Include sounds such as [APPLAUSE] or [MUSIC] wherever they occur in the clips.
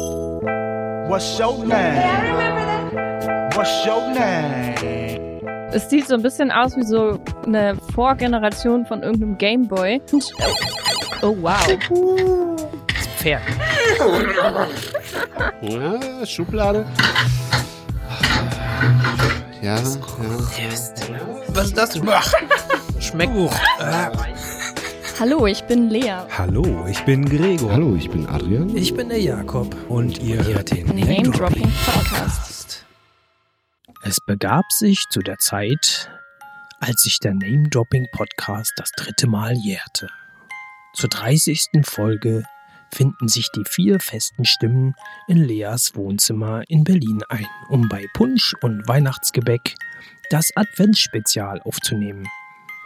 What's your name? What's your name? Es sieht so ein bisschen aus wie so eine Vorgeneration von irgendeinem Gameboy. Oh wow. Das Pferd. Ja, Schublade. Ja, ja. Was ist das? Schmeckt. Hallo, ich bin Lea. Hallo, ich bin Gregor. Hallo, ich bin Adrian. Ich bin der Jakob. Und ihr hört den Name Dropping Name-Dropping. Podcast. Es begab sich zu der Zeit, als sich der Name-Dropping-Podcast das dritte Mal jährte. Zur 30. Folge finden sich die vier festen Stimmen in Leas Wohnzimmer in Berlin ein, um bei Punsch und Weihnachtsgebäck das Adventsspezial aufzunehmen.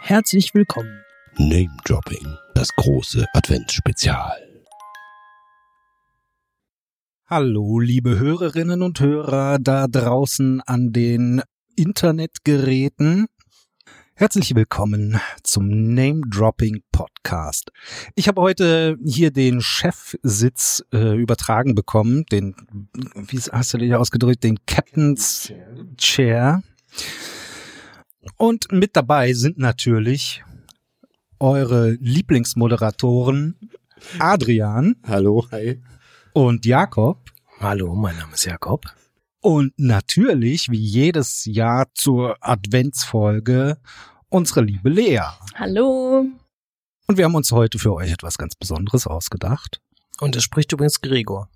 Herzlich willkommen. Name Dropping, das große Adventsspezial. Hallo, liebe Hörerinnen und Hörer da draußen an den Internetgeräten. Herzlich willkommen zum Name Dropping Podcast. Ich habe heute hier den Chefsitz äh, übertragen bekommen, den, wie hast du dich ausgedrückt, den Captain's Chair. Und mit dabei sind natürlich eure Lieblingsmoderatoren Adrian Hallo, hi. und Jakob. Hallo, mein Name ist Jakob. Und natürlich, wie jedes Jahr zur Adventsfolge, unsere liebe Lea. Hallo. Und wir haben uns heute für euch etwas ganz Besonderes ausgedacht. Und es spricht übrigens Gregor.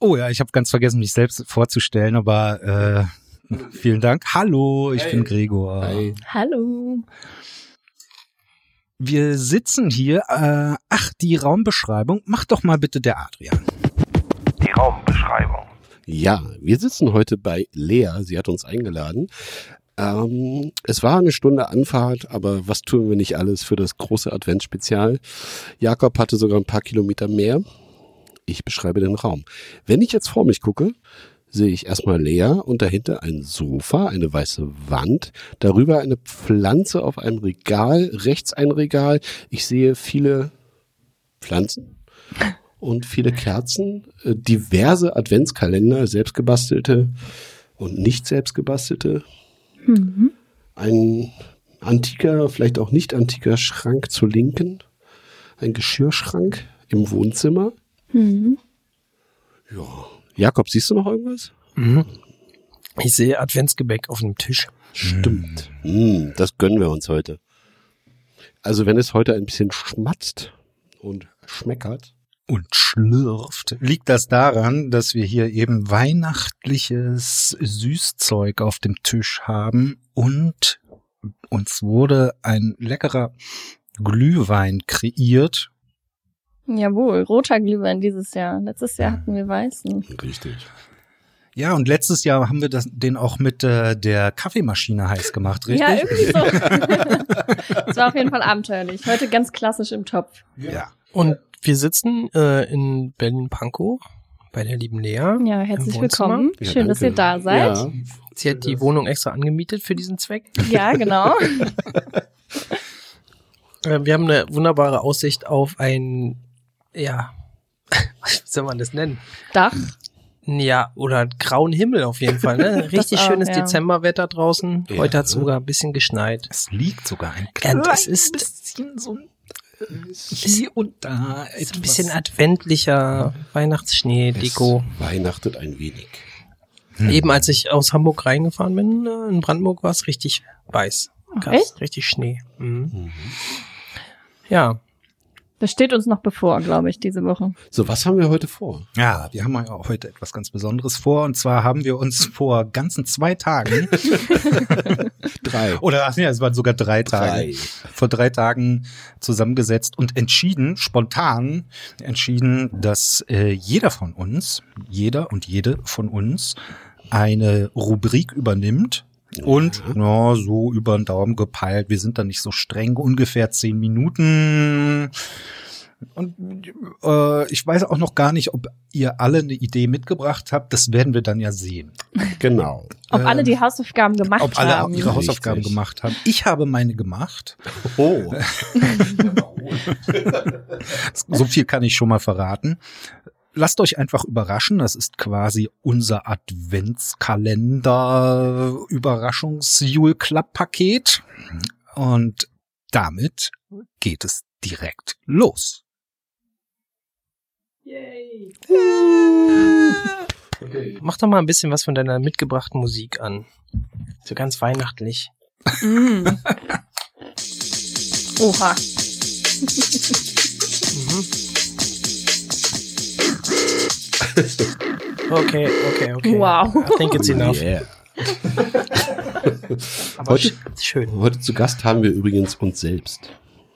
Oh ja, ich habe ganz vergessen, mich selbst vorzustellen, aber äh, vielen Dank. Hallo, ich Hey. bin Gregor. Hi. Hallo. Wir sitzen hier. Äh, ach, die Raumbeschreibung. Mach doch mal bitte der Adrian. Die Raumbeschreibung. Ja, wir sitzen heute bei Lea. Sie hat uns eingeladen. Ähm, es war eine Stunde Anfahrt, aber was tun wir nicht alles für das große Adventsspezial? Jakob hatte sogar ein paar Kilometer mehr. Ich beschreibe den Raum. Wenn ich jetzt vor mich gucke, sehe ich erstmal Lea und dahinter ein Sofa, eine weiße Wand, darüber eine Pflanze auf einem Regal, rechts ein Regal. Ich sehe viele Pflanzen und viele Kerzen, äh, diverse Adventskalender, selbstgebastelte und nicht selbstgebastelte. Mhm. Ein antiker, vielleicht auch nicht antiker Schrank zur Linken. Ein Geschirrschrank im Wohnzimmer. Mhm. Ja. Jakob, siehst du noch irgendwas? Mhm. Ich sehe Adventsgebäck auf dem Tisch. Stimmt. Mm, das gönnen wir uns heute. Also wenn es heute ein bisschen schmatzt und schmeckert. Und schlürft. Liegt das daran, dass wir hier eben weihnachtliches Süßzeug auf dem Tisch haben und uns wurde ein leckerer Glühwein kreiert. Jawohl, roter Glühwein dieses Jahr. Letztes Jahr hatten wir weißen. Richtig. Ja, und letztes Jahr haben wir das, den auch mit äh, der Kaffeemaschine heiß gemacht, richtig? Ja, irgendwie so. Es war auf jeden Fall abenteuerlich. Heute ganz klassisch im Topf. ja. Und wir sitzen äh, in Berlin-Pankow bei der lieben Lea. Ja, herzlich Im Wohnzimmer? willkommen. Ja, Schön, dass ihr da danke. seid. Ja, Sie hat die Wohnung extra angemietet für diesen Zweck. Ja, genau. Äh, wir haben eine wunderbare Aussicht auf ein, ja, [LAUGHS] wie soll man das nennen? Dach. Ja, oder einen grauen Himmel auf jeden Fall. [LAUGHS] Ne? Richtig auch, schönes ja. Dezemberwetter draußen. Ja. Heute hat es sogar ein bisschen geschneit. Es liegt sogar ein Und es kleines ist- bisschen so ein, äh, hier und da Ist ein etwas. bisschen adventlicher Weihnachtsschnee-Deko. es weihnachtet ein wenig. Eben als ich aus Hamburg reingefahren bin, äh, in Brandenburg war es richtig weiß. Krass, richtig Schnee. Mhm. Ja, Das steht uns noch bevor, glaube ich, diese Woche. So, was haben wir heute vor? Ja, wir haben ja auch heute etwas ganz Besonderes vor. Und zwar haben wir uns vor ganzen zwei Tagen, [LAUGHS] Drei. oder ach ja, es waren sogar drei Tage, Drei. vor drei Tagen zusammengesetzt und entschieden, spontan entschieden, dass äh, jeder von uns, jeder und jede von uns eine Rubrik übernimmt. Und na, so über den Daumen gepeilt. Wir sind da nicht so streng, ungefähr zehn Minuten. Und äh, ich weiß auch noch gar nicht, ob ihr alle eine Idee mitgebracht habt. Das werden wir dann ja sehen. Genau. Ob Ähm, alle die Hausaufgaben gemacht Ob alle haben. ihre Hausaufgaben Richtig. gemacht haben. Ich habe meine gemacht. [LAUGHS] Oh. So viel kann ich schon mal verraten. Lasst euch einfach überraschen. Das ist quasi unser adventskalender überraschungs jule club paket Und damit geht es direkt los. Yay. Mach doch mal ein bisschen was von deiner mitgebrachten Musik an. So ganz weihnachtlich. Mm. Oha. Okay, okay, okay. Wow. I think it's enough. [LAUGHS] Yeah. [LAUGHS] Aber Heute, sch schön. heute zu Gast haben wir übrigens uns selbst.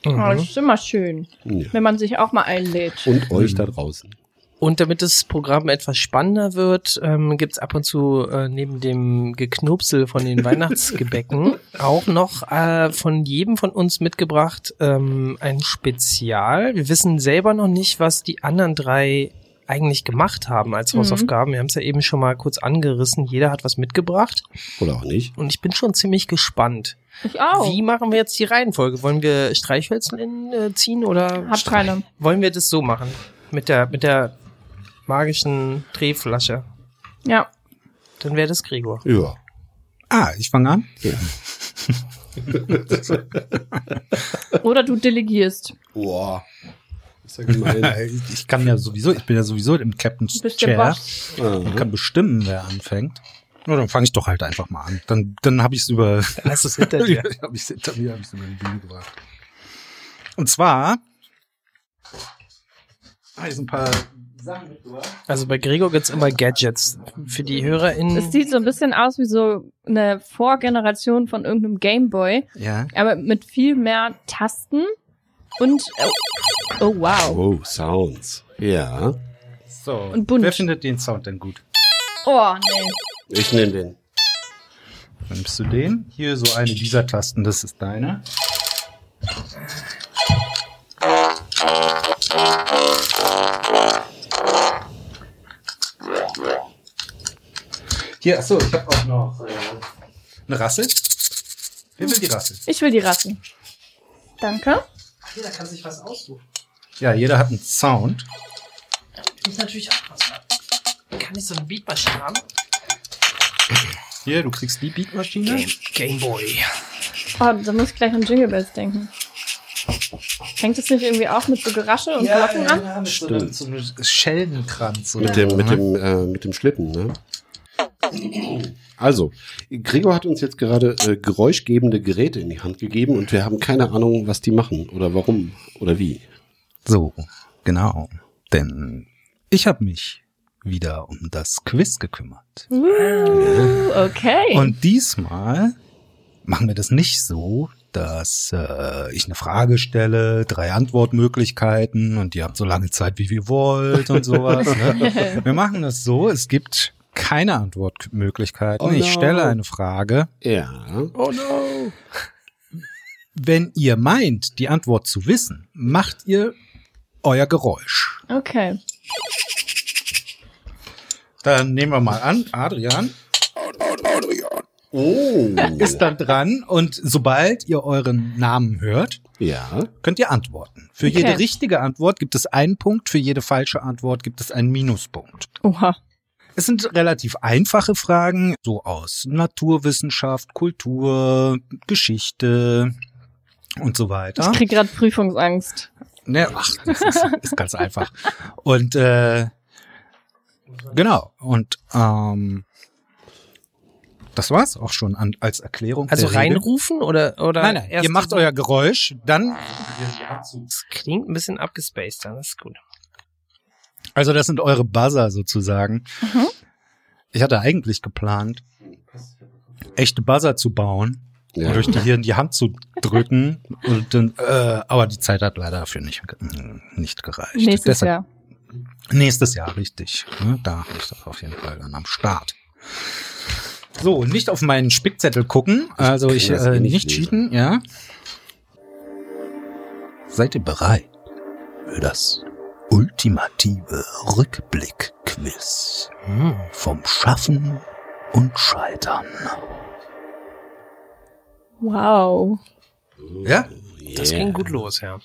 Oh, Mhm. das ist immer schön, Ja. wenn man sich auch mal einlädt. Und euch da draußen. Und damit das Programm etwas spannender wird, ähm, gibt's ab und zu äh, neben dem Geknupsel von den Weihnachtsgebäcken auch noch äh, von jedem von uns mitgebracht ähm, ein Spezial. Wir wissen selber noch nicht, was die anderen drei eigentlich gemacht haben als Mhm. Hausaufgaben. Wir haben es ja eben schon mal kurz angerissen. Jeder hat was mitgebracht Oder auch nicht. und ich bin schon ziemlich gespannt. Ich auch. Wie machen wir jetzt die Reihenfolge? Wollen wir Streichhölzer in, äh, ziehen oder Hab keine. wollen wir das so machen? Mit der, mit der magischen Drehflasche. Ja. Dann wäre das Gregor. Ja. Ah, ich fange an. Oder du delegierst. Boah. Ist ja gemein. Äh, Ich kann ja sowieso, ich bin ja sowieso im Captain's Du bist der Chair. Boss. Ich kann bestimmen, wer anfängt. Na, dann fange ich doch halt einfach mal an. Dann, dann habe ich es über Dann lass es hinter [LAUGHS] dir. hab ich's hinter mir, hab ich's über die Bühne gebracht. Und zwar. Ah, hier sind ein paar Sachen mitgebracht. Also bei Gregor gibt's immer Gadgets. Für die Es HörerInnen. sieht so ein bisschen aus wie so eine Vorgeneration von irgendeinem Gameboy, Ja. aber mit viel mehr Tasten und oh, oh wow. [LAUGHS] Oh, Sounds. Ja. So. Und bunt. Wer findet den Sound denn gut? Oh nee. Ich nehme den. Dann nimmst du den. Hier so eine dieser Tasten, das ist deine. Hier, achso, ich habe auch noch äh, eine Rassel. Wer will die Rassel? Ich will die Rassen. Danke. Jeder kann sich was aussuchen. Ja, jeder hat einen Sound. Ich natürlich auch was Kann ich so eine Beatmaschine haben? Hier, du kriegst die Beatmaschine. Gameboy. Oh, da muss ich gleich an Jingle Bells denken. Hängt es nicht irgendwie auch mit so Gerasche und Glocken an? mit so einem, so einem Schellenkranz. Oder Mit dem, mit dem, äh, mit dem Schlitten, ne? Also, Gregor hat uns jetzt gerade äh, geräuschgebende Geräte in die Hand gegeben und wir haben keine Ahnung, was die machen oder warum oder wie. So, genau. Denn ich habe mich wieder um das Quiz gekümmert. Uh, okay. Und diesmal machen wir das nicht so, dass äh, ich eine Frage stelle, drei Antwortmöglichkeiten und ihr habt so lange Zeit, wie ihr wollt und [LAUGHS] sowas. ne? Wir machen das so, es gibt keine Antwortmöglichkeiten. Oh ich no. stelle eine Frage. Ja. Oh no. Wenn ihr meint, die Antwort zu wissen, macht ihr euer Geräusch. Okay. Dann nehmen wir mal an, Adrian Oh. ist dann dran und sobald ihr euren Namen hört, ja. könnt ihr antworten. Für Okay. jede richtige Antwort gibt es einen Punkt, für jede falsche Antwort gibt es einen Minuspunkt. Oha. Es sind relativ einfache Fragen, so aus Naturwissenschaft, Kultur, Geschichte und so weiter. Ich krieg gerade Prüfungsangst. Ne, ach, das ist, ist ganz einfach. Und äh, genau, und ähm, das war's auch schon an, als Erklärung. Also der Regel. reinrufen oder, oder? Nein, nein, erst- ihr macht euer Geräusch, dann. Das klingt ein bisschen abgespaced, dann das ist gut. Also das sind eure Buzzer sozusagen. Ich hatte eigentlich geplant, echte Buzzer zu bauen Ja. und euch die hier in die Hand zu drücken. und dann, äh, aber die Zeit hat leider dafür nicht, nicht gereicht. Nächstes Deshalb Jahr. Nächstes Jahr, richtig. Ne, Da habe ich das auf jeden Fall dann am Start. So, nicht auf meinen Spickzettel gucken. Also kann ich, das eh äh, nicht nicht lesen. cheaten, ja. Seid ihr bereit für das ultimative Rückblick-Quiz Hm. vom Schaffen und Scheitern. Wow. Ja? Das ging gut los, ja.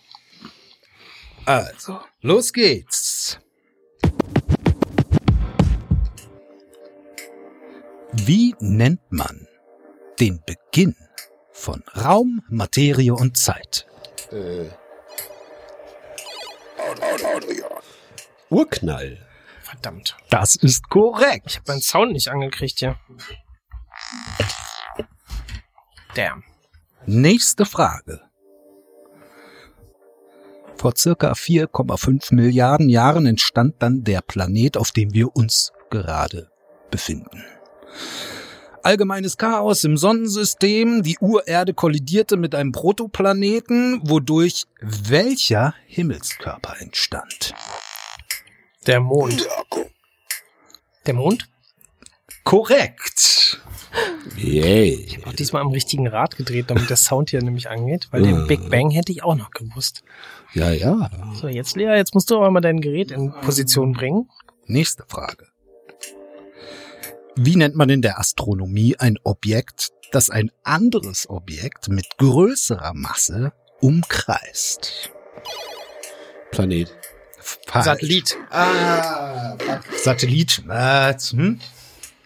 Also, los geht's. Wie nennt man den Beginn von Raum, Materie und Zeit? Urknall. Verdammt. Das ist korrekt. Ich habe meinen Sound nicht angekriegt hier. Damn. Nächste Frage. Vor circa 4,5 Milliarden Jahren entstand dann der Planet, auf dem wir uns gerade befinden. Allgemeines Chaos im Sonnensystem. Die Urerde kollidierte mit einem Protoplaneten, wodurch welcher Himmelskörper entstand? Der Mond. Der Mond? Korrekt. Yay. Auch diesmal am richtigen Rad gedreht, damit der Sound hier nämlich angeht, weil den Big Bang hätte ich auch noch gewusst. Ja, ja. So, jetzt Lea, jetzt musst du aber mal dein Gerät in Position bringen. Nächste Frage. Wie nennt man in der Astronomie ein Objekt, das ein anderes Objekt mit größerer Masse umkreist? Planet. Falsch. Ah, fuck. Satellit. Was? Hm?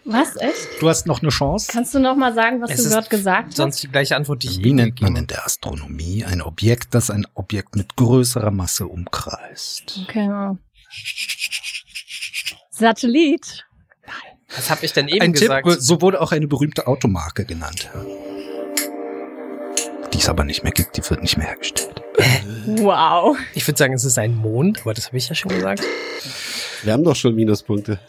Was, echt? Du hast noch eine Chance. Kannst du noch mal sagen, was Es du ist gerade gesagt hast? Sonst die gleiche Antwort, die ich Wie eben nennt man gegeben in der Astronomie ein Objekt, das ein Objekt mit größerer Masse umkreist? Okay, ja. Satellit. habe. Was habe ich denn eben ein gesagt? Tipp, so wurde auch eine berühmte Automarke genannt. Die es aber nicht mehr gibt, die wird nicht mehr hergestellt. Wow. Ich würde sagen, es ist ein Mond, aber das habe ich ja schon gesagt. Wir haben doch schon Minuspunkte.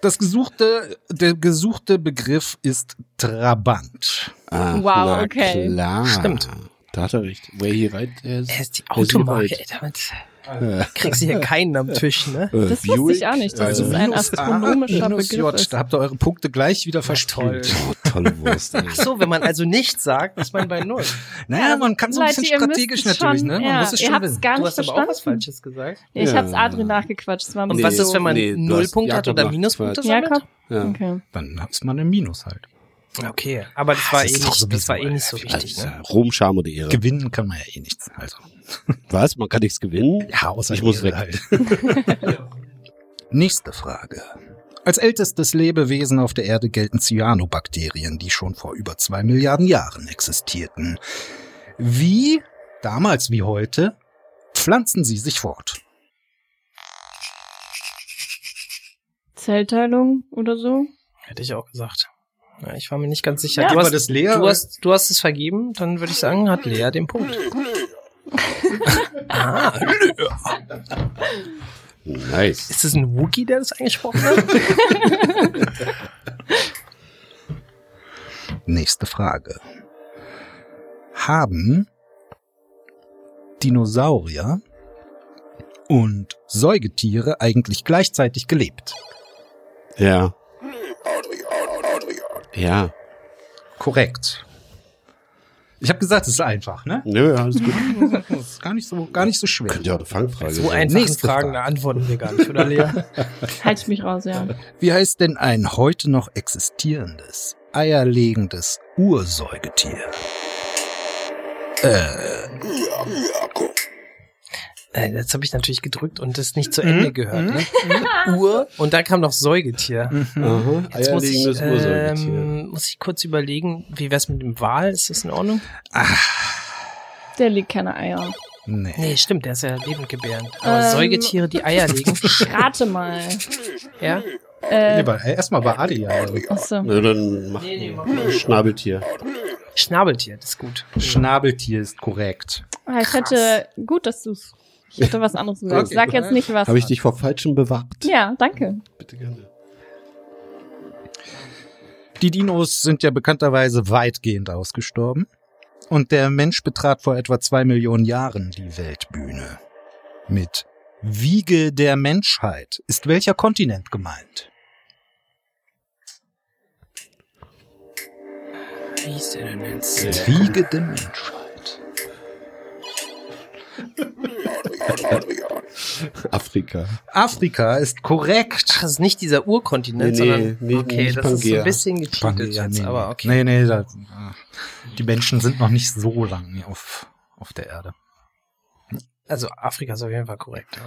Das gesuchte, der gesuchte Begriff ist Trabant. Ah, Wow, okay. Klar. Stimmt. Da hat er recht. Where he right is. Er ist die is he Automarke, ey, right. damit Äh, kriegst du hier keinen am Tisch, ne? äh, Das wusste ich auch nicht, dass äh, es ein astronomischer Also minus Begriff ist. Da habt ihr eure Punkte gleich wieder verspielt. oh, tolle Wurst. ey. Ach so, wenn man also nichts sagt, ist man bei null. Naja, man kann so ein Leute, bisschen ihr müsst strategisch es natürlich, schon- ne? Man ja, muss es ihr schon habt's wissen. gar Du nicht hast aber auch was verstanden. Falsches gesagt. Ich Ja. hab's Adri nachgequatscht. Es war ein Und Nee, was ist, wenn man nee, du null hast Punkte hat Jakob oder noch Minuspunkte Jakob? sammelt? Ja. Okay. Dann hab's mal eine Minus halt. Okay, aber das war eh nicht, das war eh nicht so richtig. Also, Ne? Ruhm, Scham oder Ehre. Gewinnen kann man ja eh nichts. Also, Was? Man kann nichts gewinnen? ja, außer Ich muss ihr weg. Halt. [LAUGHS] [LAUGHS] Nächste Frage. Als ältestes Lebewesen auf der Erde gelten Cyanobakterien, die schon vor über zwei Milliarden Jahren existierten. Wie, damals wie heute, pflanzen sie sich fort? Zellteilung oder so? Hätte ich auch gesagt. Ja, ich war mir nicht ganz sicher. Ja, du, aber hast, das Lea- du, hast, du hast es vergeben, dann würde ich sagen, hat Lea den Punkt. ah, Nice. ist das ein Wookie, der das angesprochen [LAUGHS] hat? Nächste Frage. Haben Dinosaurier und Säugetiere eigentlich gleichzeitig gelebt? Ja. Ja. Korrekt. Ich habe gesagt, es ist einfach, ne? Nö, alles gut. Das ist [LAUGHS] gar nicht so, gar nicht so schwer. Könnte ja auch eine Fangfrage so sein. einfachen Nächste Fragen, Frage. da antworten wir gar nicht, oder [LAUGHS] Lea? Halte ich Halt mich raus, ja. Wie heißt denn ein heute noch existierendes, eierlegendes Ursäugetier? Äh, Jetzt habe ich natürlich gedrückt und das nicht zu Mhm. Ende gehört. Ne? Uhr und dann kam noch Säugetier. Mhm. Aha, Jetzt muss ich, eierlegendes Ursäugetier. ähm, muss ich kurz überlegen, wie wär's mit dem Wal? Ist das in Ordnung? Der legt keine Eier. Nee. Nee, stimmt, der ist ja lebend gebärend. Aber Ähm. Säugetiere, die Eier legen, Ich rate mal. ja? nee Äh, bei- Erstmal bei Adi. aber- achso. Na, dann mach ein Schnabeltier. Schnabeltier, das ist gut. Schnabeltier ist korrekt. Ah, Ich hätte, gut, dass du's. Ich hätte was anderes gesagt. Okay. Sag jetzt nicht was. Habe ich dich vor Falschem bewahrt? Ja, danke. Bitte gerne. Die Dinos sind ja bekannterweise weitgehend ausgestorben. Und der Mensch betrat vor etwa zwei Millionen Jahren die Weltbühne. Mit Wiege der Menschheit ist welcher Kontinent gemeint? Wie hieß der denn jetzt? Äh. Wiege der Menschheit. Afrika. Afrika ist korrekt. Ach, das ist nicht dieser Urkontinent, Nee, sondern nee, okay, nicht das ist so Pangea. ein bisschen gecheatet Pangea, jetzt, nee, aber okay. Nee, nee, da, die Menschen sind noch nicht so lang auf, auf der Erde. Also Afrika ist auf jeden Fall korrekt. Ja.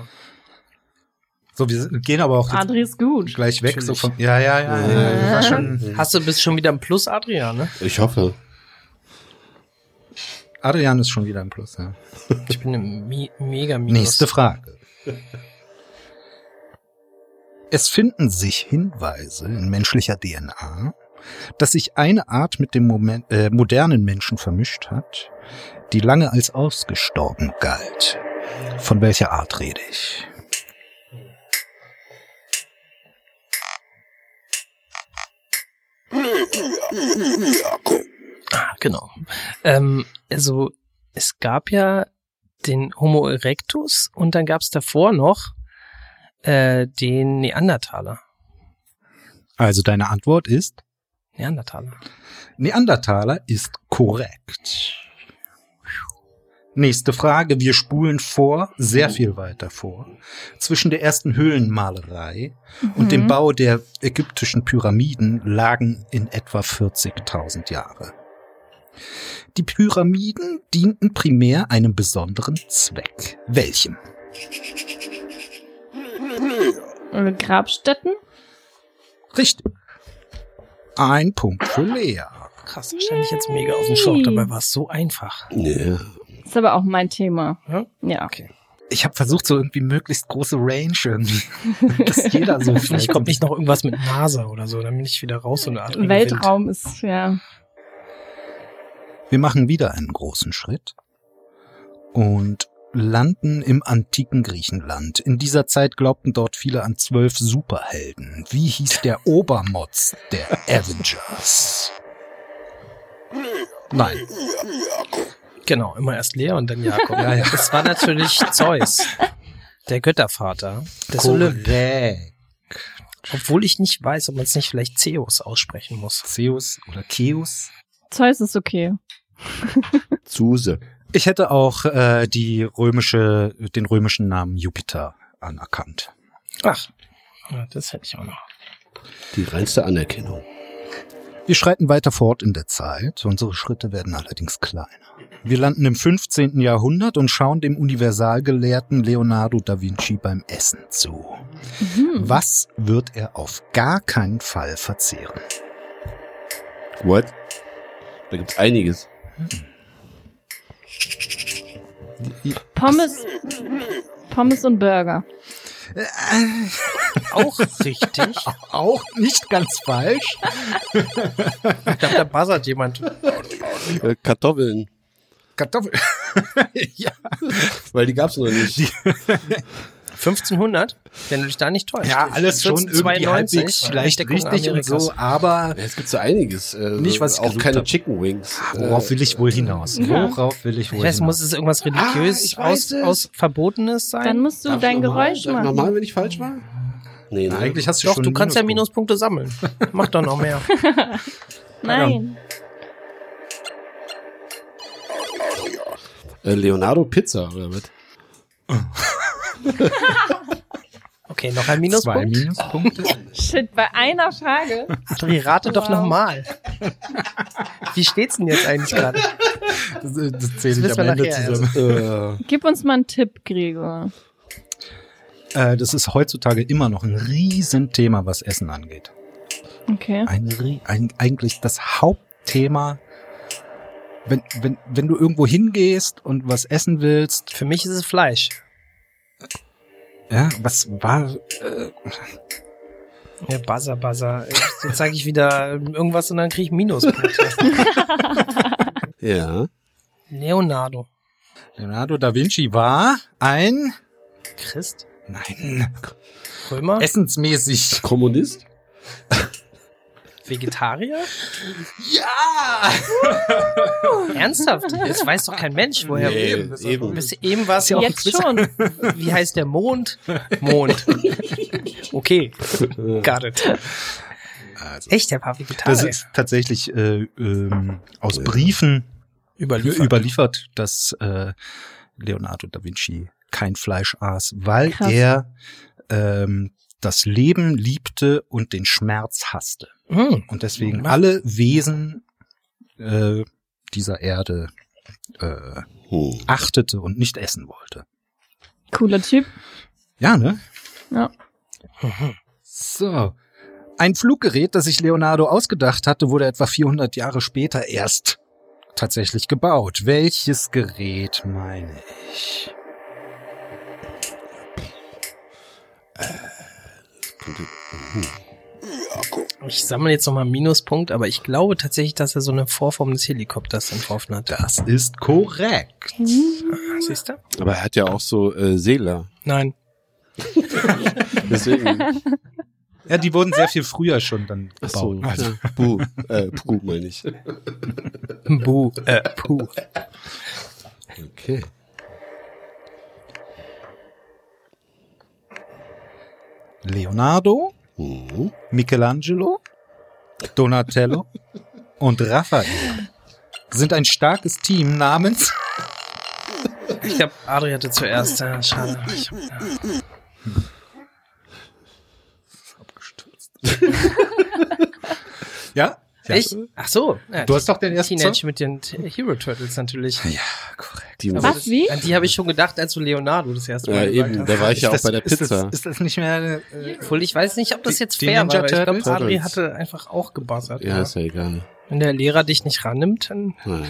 So, wir sind, gehen aber auch jetzt Adri ist gut. gleich weg. So von, ja, ja, ja. ja, Ja. Äh, das [LAUGHS] war schon, Hast du bist schon wieder ein Plus, Adrian, ne? Ich hoffe. Adrian ist schon wieder im Plus. Ja. Ich bin im Mi mega Minus. Nächste Frage. Es finden sich Hinweise in menschlicher DNA, dass sich eine Art mit dem Moment, äh, modernen Menschen vermischt hat, die lange als ausgestorben galt. Von welcher Art rede ich? Ah, genau. Ähm, also es gab ja den Homo erectus und dann gab es davor noch äh, den Neandertaler. Also deine Antwort ist, Neandertaler. Neandertaler ist korrekt. Nächste Frage. Wir spulen vor, sehr viel weiter vor, zwischen der ersten Höhlenmalerei und dem Bau der ägyptischen Pyramiden lagen in etwa 40.000 Jahre. Die Pyramiden dienten primär einem besonderen Zweck. Welchem? Äh, Grabstätten? Richtig. Ein Punkt für Lea. Krass, da stand ich jetzt mega auf den Schock, dabei war es so einfach. Nee. Ist aber auch mein Thema. Ja? Ja. Okay. Ich habe versucht, so irgendwie möglichst große Range irgendwie, [LAUGHS] dass [LAUGHS] jeder so Vielleicht kommt nicht noch irgendwas mit NASA oder so, dann bin ich wieder raus und Adrian gewinnt. Weltraum ist, ja. Wir machen wieder einen großen Schritt und landen im antiken Griechenland. In dieser Zeit glaubten dort viele an zwölf Superhelden. Wie hieß der Obermotz der Avengers? Nein. Genau, immer erst Lea und dann Jakob. [LAUGHS] Ja, ja. Das war natürlich Zeus, der Göttervater des Olymp. Korrekt. Obwohl ich nicht weiß, ob man es nicht vielleicht Zeus aussprechen muss. Zeus oder Keus. Zeus ist okay. Zuse. Ich hätte auch äh, die römische, den römischen Namen Jupiter anerkannt. Ach, ja, das hätte ich auch noch. Die reinste Anerkennung. Wir schreiten weiter fort in der Zeit, unsere Schritte werden allerdings kleiner. Wir landen im 15. Jahrhundert und schauen dem Universalgelehrten Leonardo da Vinci beim Essen zu. Was wird er auf gar keinen Fall verzehren? What? Da gibt's einiges. Pommes. Pommes und Burger. Auch [LAUGHS] richtig. Auch nicht ganz falsch. Ich glaube, da buzzert jemand. Äh, Kartoffeln. Kartoffel. [LAUGHS] ja. Weil die gab's noch nicht. 1500, wenn du dich da nicht täuscht. ja, alles schon irgendwie 1492, halbwegs vielleicht Entdeckung richtig und so, Amerikas. aber Ja, es gibt so einiges. Äh, Nicht, was ich auch gesucht keine hab. Ah, Chicken Wings. Äh, worauf will ich wohl hinaus? Worauf will ich Ich wohl weiß, muss hinaus? es irgendwas Ah, religiös ich weiß aus, es. aus Verbotenes sein? Dann musst du Darf ich dein nochmal? Geräusch Darf ich machen. Nochmal, wenn ich falsch war? Nee, ne? Na, nein. Eigentlich hast du doch, schon du kannst ja Minuspunkte. Minuspunkte sammeln. Mach doch noch mehr. Nein. Äh, Leonardo Pizza oder [LAUGHS] was? Okay, noch ein Zwei Minuspunkt. Minuspunkte. Shit, bei einer [LAUGHS] Frage. Adri, rate doch Wow. nochmal. Wie steht's denn jetzt eigentlich gerade? Das, das zähle Das ich wissen wir am Ende nachher erst. zusammen. Äh, Gib uns mal einen Tipp, Gregor. Äh, das ist heutzutage immer noch ein Riesenthema, was Essen angeht. Okay. Ein, Rie- ein, eigentlich das Hauptthema, wenn, wenn, wenn du irgendwo hingehst und was essen willst, Für mich ist es Fleisch. ja, was war, Ja, Buzzer, Buzzer. Jetzt sage ich wieder irgendwas und dann krieg ich Minuspunkte. Ja. Leonardo. Leonardo da Vinci war ein, Christ? nein, Römer? essensmäßig. Kommunist? Vegetarier? Ja! Ernsthaft? Das weiß doch kein Mensch, woher Nee, eben. Das eben. Bis eben war es ja auch Jetzt schon. Wie heißt der Mond? Mond. Okay, got it. Also, Echt, der war Vegetarier. das ist tatsächlich äh, ähm, aus Briefen Überliefert. überliefert, dass äh, Leonardo da Vinci kein Fleisch aß, weil Krass. er ähm, das Leben liebte und den Schmerz hasste. Hm. Und deswegen Macht- alle Wesen äh, dieser Erde äh, Hm. achtete und nicht essen wollte. Cooler Typ. Ja, ne? Ja. Mhm. So. Ein Fluggerät, das sich Leonardo ausgedacht hatte, wurde etwa 400 Jahre später erst tatsächlich gebaut. Welches Gerät meine ich? Ich sammle jetzt nochmal einen Minuspunkt, aber ich glaube tatsächlich, dass er so eine Vorform des Helikopters entworfen hat. Das ist korrekt. Siehst du? Aber er hat ja auch so äh, Seeler. Nein. Deswegen. Ja, die wurden sehr viel früher schon dann Ach so. gebaut. Also, ja. Buh. Äh, Puh, meine ich. Buh. Äh, puh. Okay. Leonardo, Mhm. Michelangelo, [LAUGHS] Donatello und Raphael sind ein starkes Team namens Ich glaube, Adri hatte zuerst. Ja, schade. Ich, ja. Ja? Ich? Ach so. Ja, Du hast doch den ersten Teenage mit den T- Hero Turtles natürlich. Ja, korrekt. Die Was? das, Wie? An die habe ich schon gedacht, als du Leonardo das erste Ja, Mal gesagt eben. hast. Da war ich ja auch das, bei der ist Pizza. Das, ist das nicht mehr äh, Obwohl, ich weiß nicht, ob das Die- jetzt die fair war, Ninja weil ich glaube, Turtles? Adri hatte einfach auch gebuzzert. ja, ist ja egal. Wenn der Lehrer dich nicht rannimmt, dann... Naja.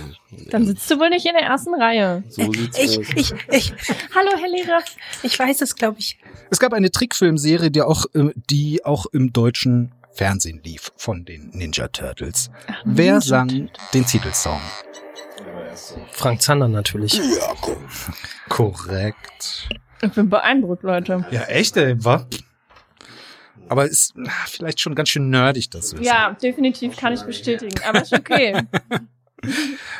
Dann sitzt du wohl nicht in der ersten Reihe. So sieht's aus. ich, ich, Hallo, Herr Lehrer. ich weiß es, glaube ich. Es gab eine Trickfilmserie, die auch, äh, die auch im deutschen Fernsehen lief von den Ninja Turtles. Wer sang den Titelsong? Frank Zander natürlich. Korrekt. Ich bin beeindruckt, Leute. Ja, echt, ey, wa? Aber ist na, vielleicht schon ganz schön nerdig, das Wissen. Ja, definitiv kann ich bestätigen. Aber ist okay.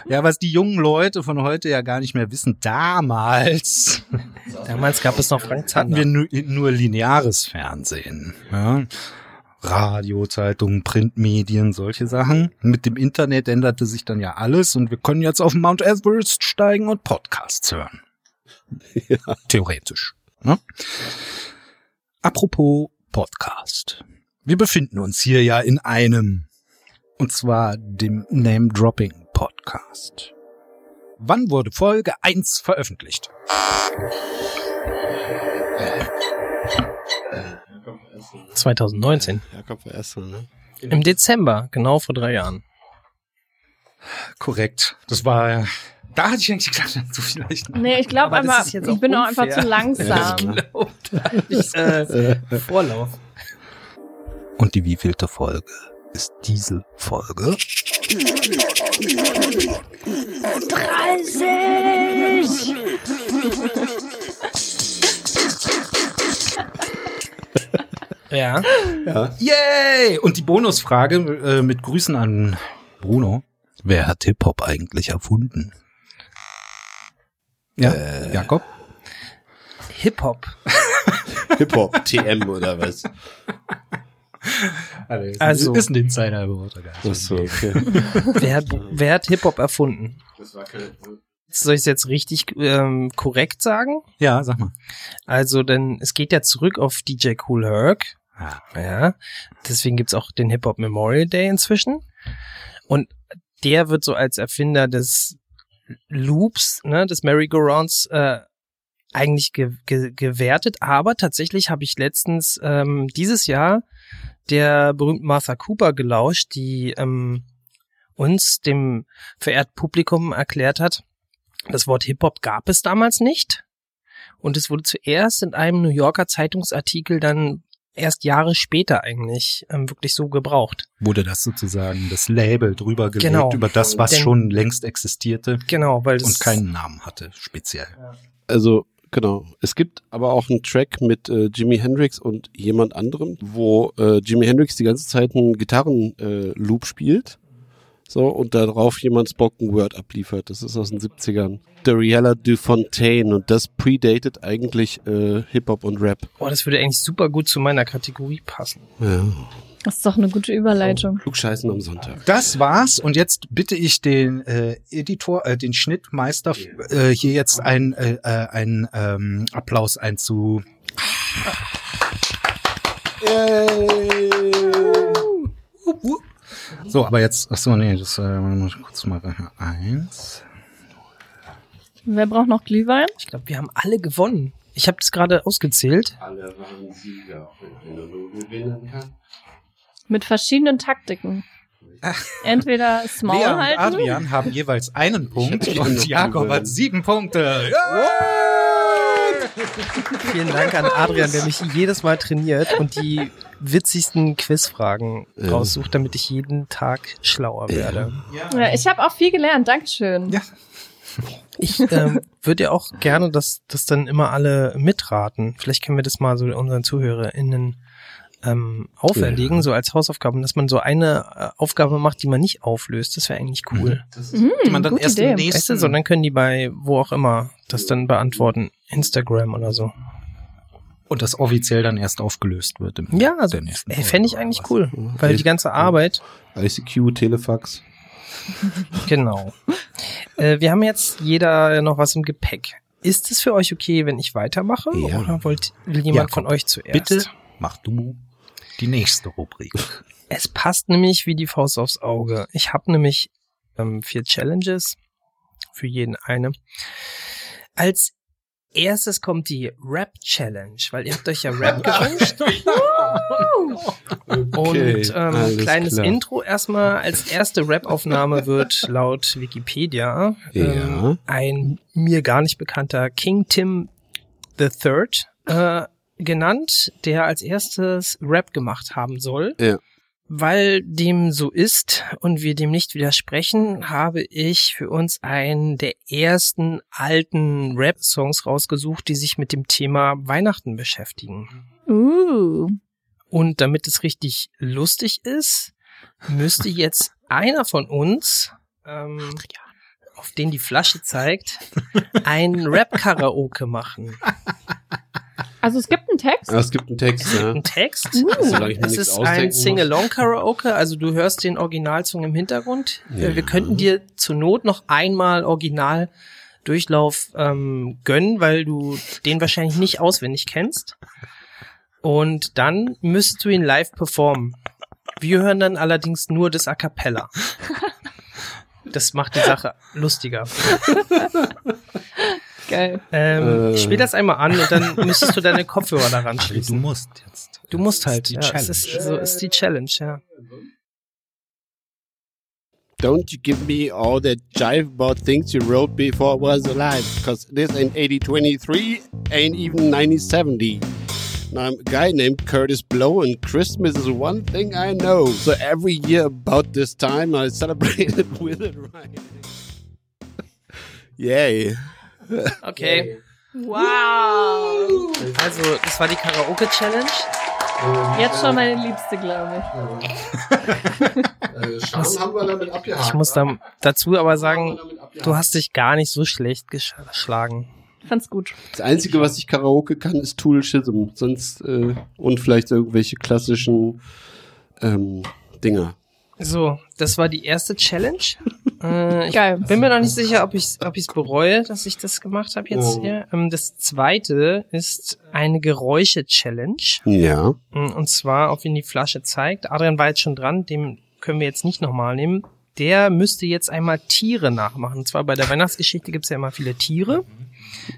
ja, was die jungen Leute von heute ja gar nicht mehr wissen. Damals Damals gab es noch Frank hatten Zander. wir nur, nur lineares Fernsehen. Ja? Radio, Zeitungen, Printmedien, solche Sachen. Mit dem Internet änderte sich dann ja alles und wir können jetzt auf Mount Everest steigen und Podcasts hören. Theoretisch. Ne? Apropos Podcast. Wir befinden uns hier ja in einem. Und zwar dem Name-Dropping-Podcast. Wann wurde Folge 1 veröffentlicht? Wir 2019. Jakob war erster, ne? Im Dezember, genau vor drei [LAUGHS] Jahren. Korrekt. Das war ja. Da hatte ich eigentlich gedacht, [LAUGHS] so vielleicht. [LAUGHS] Nee, ich glaube Aber das einfach, ist ich jetzt bin auch auch einfach unfair. zu langsam. Genau, da hatte ich äh, Vorlauf. Und die wievielte Folge ist diese Folge? 30! Ja. Yay! Und die Bonusfrage äh, mit Grüßen an Bruno. Wer hat Hip-Hop eigentlich erfunden? Äh, Ja, Jakob? Hip-Hop. Hip-Hop, TM oder was? Also- ist ein Insider-Wort. Achso, okay. Wer hat, wer hat Hip-Hop erfunden? Soll ich es jetzt richtig ähm, korrekt sagen? Ja, sag mal. Also, denn es geht ja zurück auf DJ Cool Herc. Ah. Ja. Deswegen gibt's auch den Hip-Hop Memorial Day inzwischen. Und der wird so als Erfinder des Loops, ne, des Merry-Go-Rounds, äh, eigentlich ge ge gewertet. Aber tatsächlich habe ich letztens ähm, dieses Jahr der berühmten Martha Cooper gelauscht, die ähm, uns, dem verehrten Publikum, erklärt hat, das Wort Hip-Hop gab es damals nicht. Und es wurde zuerst in einem New Yorker Zeitungsartikel dann erst Jahre später eigentlich ähm, wirklich so gebraucht. Wurde das sozusagen das Label drüber gelegt Genau. über das, was Denn- schon längst existierte Genau, weil das und keinen Namen hatte, speziell. [LAUGHS] Also, genau. Es gibt aber auch einen Track mit äh, Jimi Hendrix und jemand anderem, wo äh, Jimi Hendrix die ganze Zeit einen Gitarrenloop äh, Loop spielt. So, und darauf jemand Spoken Word abliefert. Das ist aus den 70ern. Dariella DuFontaine und das predated eigentlich äh, Hip-Hop und Rap. Oh, das würde eigentlich super gut zu meiner Kategorie passen. Ja. Das ist doch eine gute Überleitung. Klugscheißen am Sonntag. Das war's und jetzt bitte ich den äh, Editor, äh, den Schnittmeister äh, hier jetzt einen äh, äh, einen, ähm, Applaus einzu. So, aber jetzt, ach so, nee, das äh, muss ich kurz mal rein. eins. Wer braucht noch Glühwein? Ich glaube, wir haben alle gewonnen. Ich habe das gerade ausgezählt. Alle waren Sieger, wenn er nur gewinnen kann. Mit verschiedenen Taktiken. Entweder Small Lea und halten. Adrian haben jeweils einen Punkt Ich hab und noch Jakob gewonnen. hat sieben Punkte. Ja! Vielen Dank an Adrian, der mich jedes Mal trainiert und die witzigsten Quizfragen Ja. raussucht, damit ich jeden Tag schlauer werde. Ja, ich habe auch viel gelernt, Dankeschön. Ja. Ich [LAUGHS] ähm, würde ja auch gerne, dass das dann immer alle mitraten. Vielleicht können wir das mal so unseren ZuhörerInnen ähm, auferlegen, so als Hausaufgaben, dass man so eine äh, Aufgabe macht, die man nicht auflöst. Das wäre eigentlich cool. Mhm. Die man dann Mhm, gute erst Idee. im nächsten Weißt du, so dann können die bei wo auch immer das dann beantworten. Instagram oder so. und das offiziell dann erst aufgelöst wird. Im Ja, also, der nächsten ey, fände ich Folge eigentlich oder was. Mhm. cool, weil die ganze Arbeit ICQ, Telefax. [LAUGHS] Genau. äh, wir haben jetzt jeder noch was im Gepäck. Ist es für euch okay, wenn ich weitermache? Ja. Oder wollt, will jemand Jakob, von euch zuerst? Bitte mach du die nächste Rubrik. [LAUGHS] Also Es passt nämlich wie die Faust aufs Auge. Ich habe nämlich ähm, vier Challenges, für jeden eine. Als erstes kommt die Rap Challenge, weil ihr habt euch ja Rap gewünscht. Und ähm, kleines Intro erstmal als erste Rap-Aufnahme wird laut Wikipedia ähm, ein mir gar nicht bekannter King Tim the Third äh, genannt, der als erstes Rap gemacht haben soll. Ja. Weil dem so ist und wir dem nicht widersprechen, habe ich für uns einen der ersten alten Rap-Songs rausgesucht, die sich mit dem Thema Weihnachten beschäftigen. Uh, Und damit es richtig lustig ist, müsste jetzt einer von uns, ähm, auf den die Flasche zeigt, ein Rap-Karaoke machen. also es gibt einen Text. Ah, es gibt einen Text, ja. Ein Text. Uh, Es Solange Also ich mir nichts ist ein ausdenken muss. Sing-Along-Karaoke, also du hörst den Originalsong im Hintergrund. Äh, Ja. Wir könnten dir zur Not noch einmal Original Durchlauf ähm, gönnen, weil du den wahrscheinlich nicht auswendig kennst. Und dann müsstest du ihn live performen. Wir hören dann allerdings nur das A Cappella. Das macht die Sache lustiger. Geil. Ähm, Äh. Ich spiele das einmal an und dann müsstest du deine Kopfhörer daran Du schließen. musst jetzt. Du musst halt. Die ja, Challenge. es ist, so ist die Challenge, ja. [LAUGHS] Don't you give me all that jive about things you wrote before I was alive. Because this ain't 8023, ain't even 9070. Now, I'm a guy named Curtis Blow, and Christmas is one thing I know. So every year about this time, I celebrate [LAUGHS] it with it right. Yay. Okay. Wow. Also, das war die Karaoke-Challenge. Jetzt schon meine Liebste, glaube ich. Ich muss da, dazu aber sagen, du hast dich gar nicht so schlecht gesch- geschlagen. Ich Fand's gut. Das Einzige, was ich Karaoke kann, ist Tool Schism. Sonst, äh, und vielleicht irgendwelche klassischen ähm, Dinger. So, das war die erste Challenge. Äh, ich Geil. bin mir noch nicht sicher, ob ich es ob ich's bereue, dass ich das gemacht habe jetzt Oh. hier. Ähm, das zweite ist eine Geräusche-Challenge. Ja. Mm, Und zwar, auf wen die Flasche zeigt. Adrian war jetzt schon dran, dem können wir jetzt nicht nochmal nehmen. Der müsste jetzt einmal Tiere nachmachen. Und zwar bei der Weihnachtsgeschichte gibt's ja immer viele Tiere.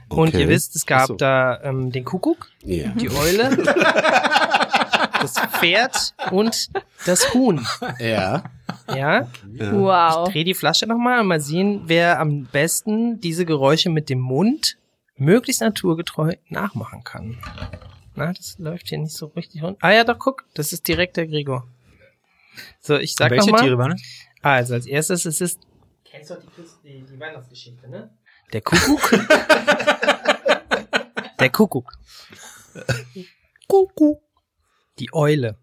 Und Okay. ihr wisst, es gab Ach so. Mhm. da ähm, den Kuckuck, Ja. die Eule, [LAUGHS] das Pferd und das Huhn. Ja. Ja, Wow. dreh die Flasche nochmal und mal sehen, wer am besten diese Geräusche mit dem Mund möglichst naturgetreu nachmachen kann. Na, das läuft hier nicht so richtig rund. Ah ja, doch, guck, das ist direkt der Gregor. So, ich sag Welche nochmal. Tiere waren das? Also, als erstes, es ist... Kennst du doch die, die Weihnachtsgeschichte, ne? Der [LAUGHS] Kuckuck. der Kuckuck. Kuckuck. Die Eule.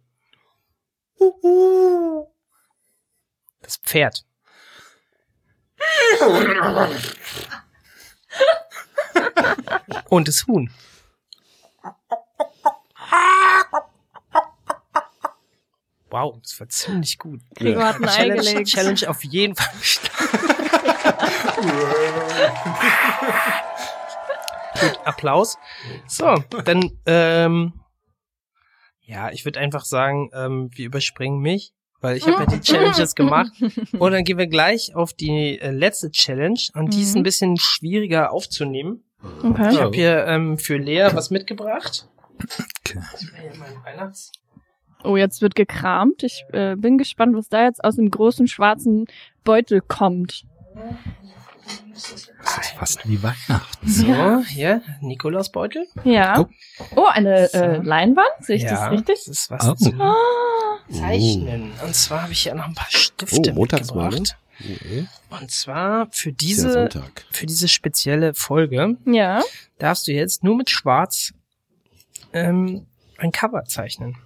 Das Pferd. Und das Huhn. Wow, das war ziemlich gut. Gregor hat ein Ei Challenge, gelegt. Challenge auf jeden Fall. [LAUGHS] bestanden. gut, Applaus. So, dann, ähm, ja, ich würde einfach sagen, ähm, wir überspringen mich, weil ich habe ja die [LAUGHS] Challenges gemacht. Und dann gehen wir gleich auf die äh, letzte Challenge und die ist Mhm. ein bisschen schwieriger aufzunehmen. Ich Okay. habe hier ähm, für Lea was mitgebracht. Okay. Ich will hier meinen Weihnachts Oh, jetzt wird gekramt. Ich äh, bin gespannt, was da jetzt aus dem großen schwarzen Beutel kommt. Das ist fast wie Weihnachten. So, hier, Nikolausbeutel. Ja. Oh, eine äh, Leinwand. Sehe ich ja, das richtig? Das ist was Oh. zum Ah, Zeichnen. Und zwar habe ich hier noch ein paar Stifte Oh, Montagsmorgen. mitgebracht. Nee, Und zwar für ist ja diese, Sonntag. für diese spezielle Folge ja. darfst du jetzt nur mit Schwarz ähm, ein Cover zeichnen.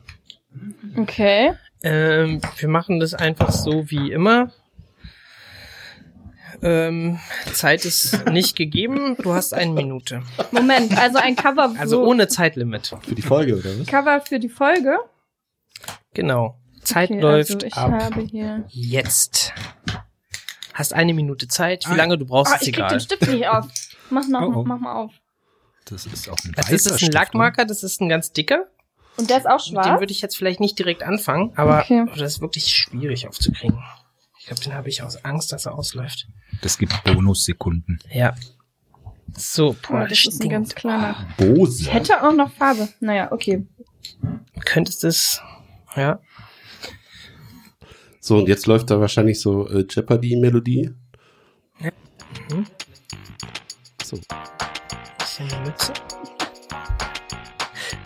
Okay. Ähm, wir machen das einfach so wie immer. Ähm, Zeit [LAUGHS] ist nicht gegeben. Du hast eine Minute. Moment, also ein Cover. Also so- ohne Zeitlimit. Für die Folge, oder was? Cover für die Folge. Genau. Zeit okay, läuft also ich ab. habe hier. Jetzt. Hast eine Minute Zeit. Wie Ah. lange du brauchst, Ah, ist ich krieg egal. den Stift [LAUGHS] nicht auf. Mach noch, Oh, oh. mach mal auf. Das ist auch Also ein das weißer ist ein Stift, ne? Lackmarker, das ist ein ganz dicker. Und der ist auch Mit dem schwarz. würde ich jetzt vielleicht nicht direkt anfangen, aber Okay. das ist wirklich schwierig aufzukriegen. Ich glaube, den habe ich aus Angst, dass er ausläuft. Das gibt Bonussekunden. Ja. So, Oh, boah, das ist ein stinkt. ganz Ah, kleiner. Ich Bose. hätte auch noch Farbe. Naja, okay. Könntest es, ja. So, und jetzt läuft da wahrscheinlich so äh, Jeopardy-Melodie. Ja. Mhm. So, Ist in der Mitte.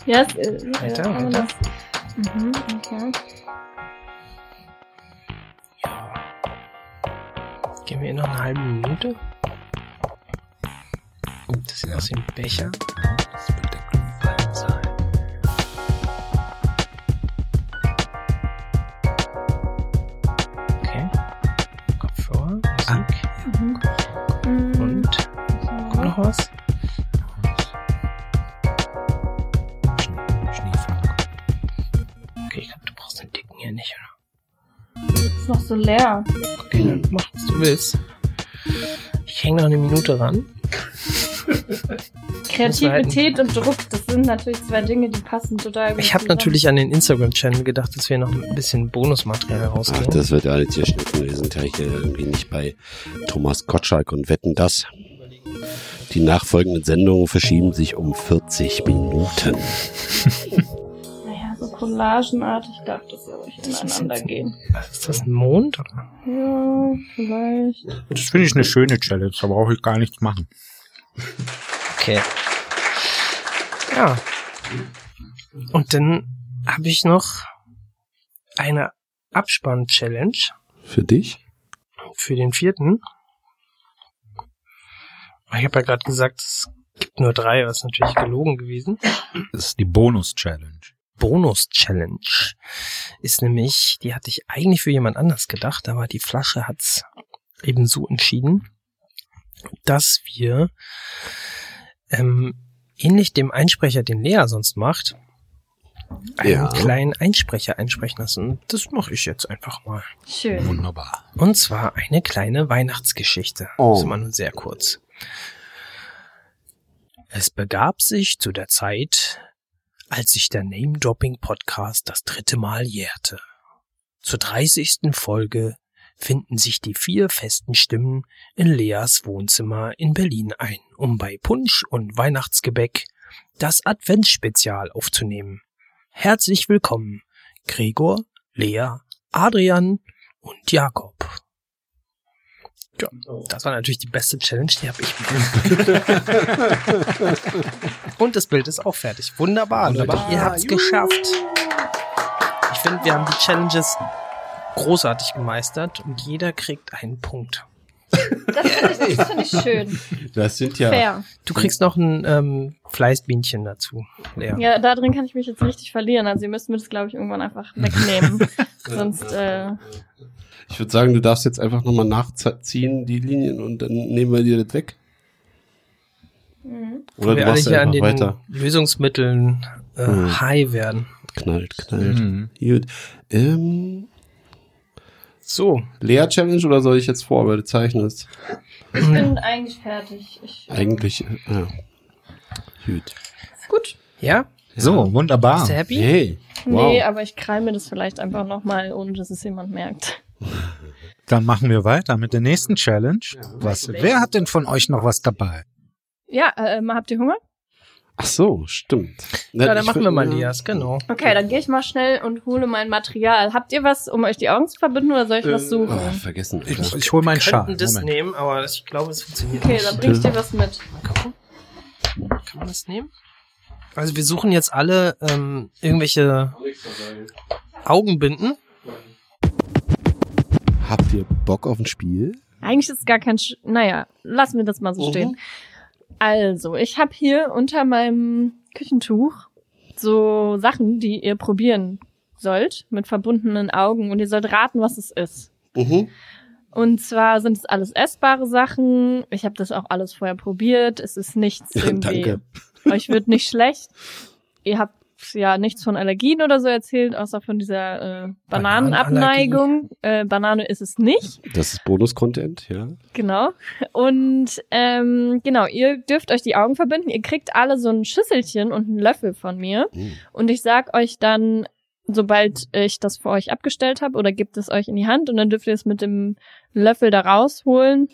Ja, es, äh, ja, Weiter, kann man weiter. das- Mhm, okay. Geben wir ihr noch eine halbe Minute. Oh, das sieht Ja. aus wie ein Becher. Das wird der Glühwein sein. Okay. Kopfhörer, Musik Ah. Mhm. Mhm. und kommt noch was? Schnee- Schneeflocke. Okay, ich glaube, du brauchst den dicken hier nicht, oder? Ist noch so leer. Okay, dann mach, was du willst. Ich hänge noch eine Minute ran. Kreativität und Druck, das sind natürlich zwei Dinge, die passen total gut Ich habe zusammen. natürlich an den Instagram-Channel gedacht, dass wir noch ein bisschen Bonusmaterial Ach, rausgeben. das wird ja alles geschnitten. Wir sind ja hier irgendwie nicht bei Thomas Gottschalk und wetten das. Die nachfolgenden Sendungen verschieben sich um 40 Minuten. Naja, so collagenartig darf das ja ruhig ineinander gehen. Ist das ein Mond? Ja, vielleicht. Das finde ich eine schöne Challenge, da brauche ich gar nichts machen. Okay. Ja. Und dann habe ich noch eine Abspann-Challenge Für dich? für den vierten. Ich habe ja gerade gesagt, es gibt nur drei, was natürlich gelogen gewesen. Das ist die Bonus-Challenge. Bonus-Challenge ist nämlich, die hatte ich eigentlich für jemand anders gedacht, aber die Flasche hat's eben so entschieden, dass wir ähm, ähnlich dem Einsprecher, den Lea sonst macht, einen Ja. kleinen Einsprecher einsprechen lassen. Das mache ich jetzt einfach mal. Schön. Wunderbar. Und zwar eine kleine Weihnachtsgeschichte. Oh. Das war nun sehr kurz. Es begab sich zu der Zeit, als sich der Name-Dropping-Podcast das dritte Mal jährte. Zur 30. Folge finden sich die vier festen Stimmen in Leas Wohnzimmer in Berlin ein, um bei Punsch und Weihnachtsgebäck das Adventsspezial aufzunehmen. Herzlich willkommen, Gregor, Lea, Adrian und Jakob. Ja, Das war natürlich die beste Challenge, die habe ich Und das Bild ist auch fertig. Wunderbar, Wunderbar. Leute. Ihr habt's geschafft. Ich finde, wir haben die Challenges großartig gemeistert und jeder kriegt einen Punkt. Das finde ich, das find ich schön. Das sind ja. Fair. Du kriegst noch ein ähm, Fleißbienchen dazu, Lea. Ja, da drin kann ich mich jetzt richtig verlieren. Also ihr müsst mir das, glaube ich, irgendwann einfach [LAUGHS] wegnehmen. Sonst, äh, Ich würde sagen, du darfst jetzt einfach nochmal nachziehen, die Linien, und dann nehmen wir dir das weg. mhm. Oder wir du alle machst hier an einfach den weiter. Lösungsmitteln äh, Mhm. high werden. knallt, knallt, knallt. Mhm. Gut. Ähm, So. Lea Challenge oder soll ich jetzt vor, weil du zeichnest? Ich bin eigentlich fertig. Ich, Eigentlich, äh, ja. Gut. gut. Ja? Mhm. So, wunderbar. Ah, Bist du happy? Hey. Wow. Nee, aber ich krall mir das vielleicht einfach nochmal, ohne dass es jemand merkt. Dann machen wir weiter mit der nächsten Challenge. Was, wer hat denn von euch noch was dabei? Ja, äh, ähm, habt ihr Hunger? Ach so, stimmt. Na, Ja, dann ich äh, machen würd- wir mal Lias, genau. Okay, dann gehe ich mal schnell und hole mein Material. Habt ihr was, um euch die Augen zu verbinden oder soll ich was suchen? Oh, vergessen. Ich, Alter. ich hole meinen Wir könnten Schal. das Moment. nehmen, aber ich glaube, es funktioniert Okay, nicht. dann bring ich dir was mit. Mal gucken. Kann man das nehmen? Also wir suchen jetzt alle ähm, irgendwelche Augenbinden. Habt ihr Bock auf ein Spiel? Eigentlich ist gar kein... Sch naja, lassen wir das mal so Mhm. stehen. Also, ich habe hier unter meinem Küchentuch so Sachen, die ihr probieren sollt, mit verbundenen Augen. Und ihr sollt raten, was es ist. Mhm. Und zwar sind es alles essbare Sachen. Ich habe das auch alles vorher probiert. Es ist nichts irgendwie. [LAUGHS] Danke. [LAUGHS] Euch wird nicht schlecht. Ihr habt ja nichts von Allergien oder so erzählt, außer von dieser äh, Bananenabneigung. Äh, Banane ist es nicht. Das ist Bonus-Content, ja. Genau. Und ähm, genau, ihr dürft euch die Augen verbinden. Ihr kriegt alle so ein Schüsselchen und einen Löffel von mir. Mhm. Und ich sag euch dann, sobald ich das für euch abgestellt habe, oder gebt es euch in die Hand und dann dürft ihr es mit dem Löffel da rausholen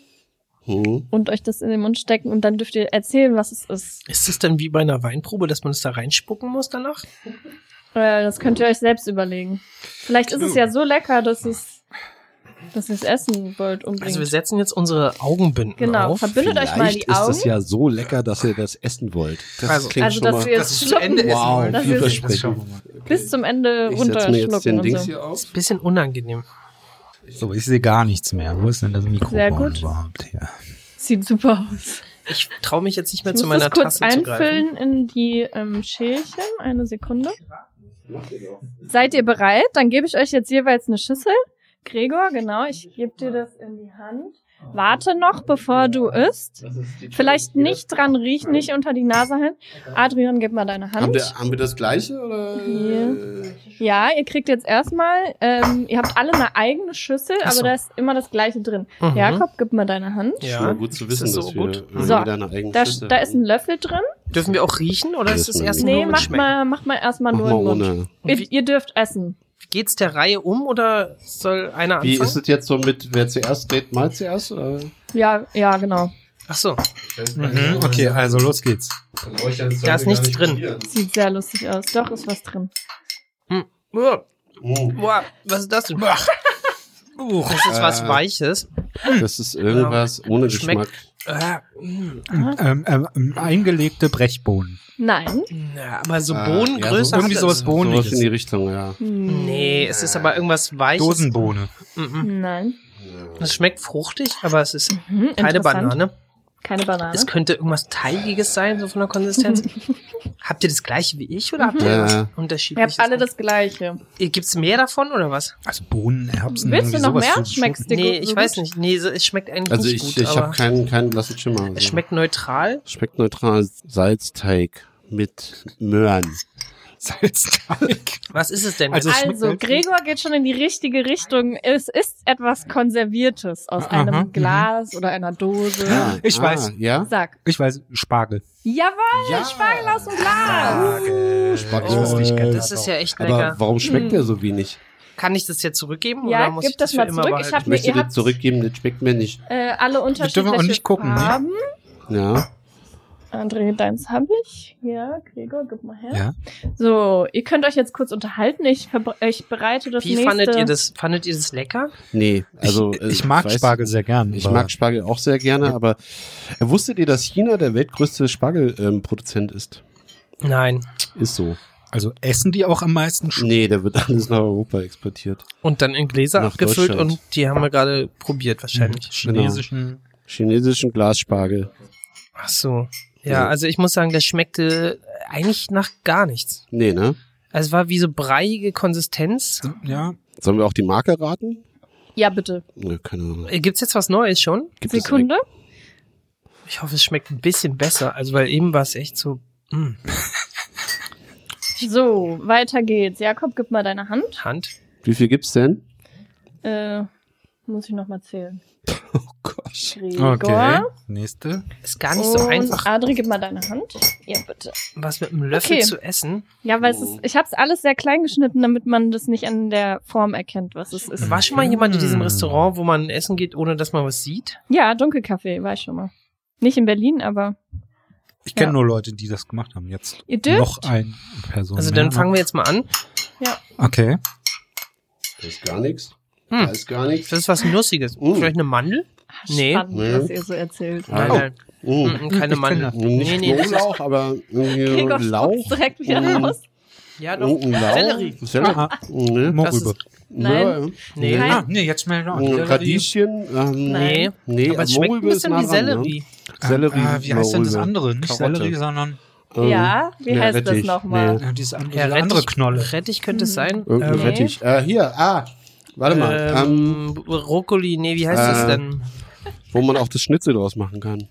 Mhm. und euch das in den Mund stecken und dann dürft ihr erzählen, was es ist. Ist das dann wie bei einer Weinprobe, dass man es da reinspucken muss danach? Äh, das könnt ihr euch selbst überlegen. Vielleicht ist es ja so lecker, dass es, dass ihr es essen wollt unbedingt. Also wir setzen jetzt unsere Augenbinden genau, auf. verbindet euch mal die ist das Augen. ja so lecker, dass ihr das essen wollt. Das Also- klingt also, schon dass mal. wir es schlucken, Wow, dass viel wir es versprechen. bis zum Ende ich setze mir jetzt den runterschlucken und Dings so. hier auf. Bisschen unangenehm. So, ich sehe gar nichts mehr. Wo ist denn das Mikrofon Sehr gut. überhaupt hier? Sieht super aus. Ich traue mich jetzt nicht mehr Ich zu muss meiner das kurz Tasse zu greifen. einfüllen in die ähm, Schälchen. Eine Sekunde. Seid ihr bereit? Dann gebe ich euch jetzt jeweils eine Schüssel. Gregor, genau, ich gebe dir das in die Hand. Warte noch, bevor du isst. Vielleicht nicht dran riechen, nicht unter die Nase halten. Adrian, gib mal deine Haben Hand. wir, haben wir das gleiche? Oder? Hier. Ja, ihr kriegt jetzt erstmal, ähm, ihr habt alle eine eigene Schüssel, Ach so. aber da ist immer das gleiche drin. Mhm. Jakob, gib mal deine Hand. Ja. Schon mal Ja. gut zu Ist wissen, das so dass wir gut? irgendwie So, deine eigenen Da, Schüsse da ist ein haben. Löffel drin. Dürfen wir auch riechen oder ist Das das ist erst ein- Nee, nur mach schmecken? mal, mach mal erstmal Mach nur mal im Mund. ohne. Ihr, ihr dürft essen. Geht's der Reihe um oder soll einer Wie anfangen? ist es jetzt so mit, wer zuerst redet, mal zuerst? Oder? Ja, ja, genau. Ach so, Mhm, okay, also los geht's. da ist nichts drin. Sieht sehr lustig aus. Doch, ist was drin. Uah, Oh, uah, was ist das denn? Uch. Das ist was Äh. Weiches. das ist irgendwas ohne Schmeckt- Geschmack. Ah, mh. Ähm, ähm, ähm, eingelegte Brechbohnen. Nein. Na, aber so Ah, Bohnen ja, so größer. irgendwie hat sowas es- Bohniges. Sowas in die Richtung, ja. Hm. Nee, es ist aber irgendwas Weiches. Dosenbohne. Mhm. Nein. Es schmeckt fruchtig, aber es ist Hm, keine interessant. Banane. Keine Banane. Es könnte irgendwas Teigiges sein, so von [LAUGHS] der Konsistenz. habt ihr das gleiche wie ich oder habt ihr Ja. was Ihr unterschiedliches? habt alle das Gleiche. Gibt's mehr davon oder was? Also Bohnen, Erbsen, Willst du irgendwie noch sowas mehr? zu- Schmeckst dir Nee, gut, ich so weiß gut? nicht. Nee, so- es schmeckt eigentlich Also nicht ich, gut, ich aber habe keinen, keinen blassen Schimmer. Also. es schmeckt neutral. schmeckt neutral Salzteig mit Möhren. Salzteig. Was ist es denn? Also- Das schmeckt Also, wirklich- Gregor geht schon in die richtige Richtung. Es ist etwas Konserviertes aus Aha, mhm. einem Glas oder einer Dose. Ich weiß. Ja? Sag. Ich weiß, Spargel. Jawohl, Ja. Spargel aus dem Glas. Spargel. Ich wusste Oh, nicht, das, Äh, ist ja echt Aber lecker. warum schmeckt der so wenig? Kann ich das jetzt zurückgeben oder Ja, muss ich gib das das mal für immer zurück. behalten? Ich hab Ich möchte ihr dir habt's- zurückgeben, das schmeckt mir nicht. Äh, alle dürfen wir auch unterschiedliche nicht gucken, ne? Farben. Ja. André, deins habe ich. Ja, Gregor, gib mal her. Ja. So, ihr könnt euch jetzt kurz unterhalten. Ich, verbr- ich bereite das Wie nächste. fandet ihr das? Fandet ihr das lecker? Nee, also. ich, äh, ich mag weiß- Spargel sehr gern. Ich aber- mag Spargel auch sehr gerne, aber äh, wusstet ihr, dass China der weltgrößte Spargelproduzent ähm, ist? Nein. Ist so. Also essen die auch am meisten Sch Nee, der wird [LAUGHS] alles nach Europa exportiert. Und dann in Gläser Nach abgefüllt Deutschland. und die haben wir gerade probiert wahrscheinlich. Genau. chinesischen. Chinesischen Glasspargel. Ach so. Ja. Ja, also ich muss sagen, das schmeckte eigentlich nach gar nichts. Nee, ne? Also es war wie so breiige Konsistenz. Ja. Sollen wir auch die Marke raten? Ja, bitte. Ne, keine Ahnung. Äh, Gibt's jetzt was Neues schon? Gibt es Sekunde. Ich hoffe, es schmeckt ein bisschen besser. Also weil eben war es echt so. mm. So, weiter geht's. Jakob, gib mal deine Hand. Hand. Wie viel gibt's denn? Äh, muss ich nochmal zählen. Oh Gott. Gregor. Okay. Nächste. Ist gar nicht so und einfach, Adri, gib mal deine Hand. Ja, bitte. was mit einem Löffel Okay. zu essen. Ja, weil es Oh. ist, ich hab's alles sehr klein geschnitten, damit man das nicht an der Form erkennt, was es ist. War schon mal jemand in diesem Mm. Restaurant, wo man essen geht, ohne dass man was sieht? Ja, Dunkelkaffee, war ich schon mal. Nicht in Berlin, aber Ich kenne Ja. nur Leute, die das gemacht haben. Jetzt ihr dürft. noch ein Person. Also mehr. dann fangen wir jetzt mal an. Okay. Das ist gar nichts. Hm. Da ist gar nichts. Das ist was Nussiges. Mm. Vielleicht eine Mandel? Ach, Nee. Ah, Spannend, Nee. was ihr so erzählt. Nein, Oh. nein. Mm. Mm, keine Ich kenn Mandel. das. Nee, Nicht nee, das ist, Knoblauch, aber [LAUGHS] irgendwie Gregor Lauch. spuckt's direkt wieder um. Mm. raus. ja doch. Irgendein Lauch. Sellerie. Oh, Sellerie. Nee. Mal Das ist- rüber. Nein. Nee. Nee. Ah. Oh, Nein. Ah, nee, jetzt schnell noch. Ein Radieschen. Ähm, Nee. Nee, Aber es schmeckt ein Mohrrübe ist bisschen nah wie dran, ne? Sellerie. Ah, Sellerie. Äh, wie heißt denn das Mohrrübe. andere? Nicht Karotte. Sellerie, sondern Ähm, ja, wie ja, heißt das Rettich. nochmal? Nee. äh, dieses andere, Ja, diese andere Knolle. Rettich könnte Hm. es sein. Irgendein Nee. Rettich. Äh, hier, ah, warte mal. Ähm, Ähm, Brokkoli, nee, wie heißt das äh, denn? wo man auch das Schnitzel draus machen kann.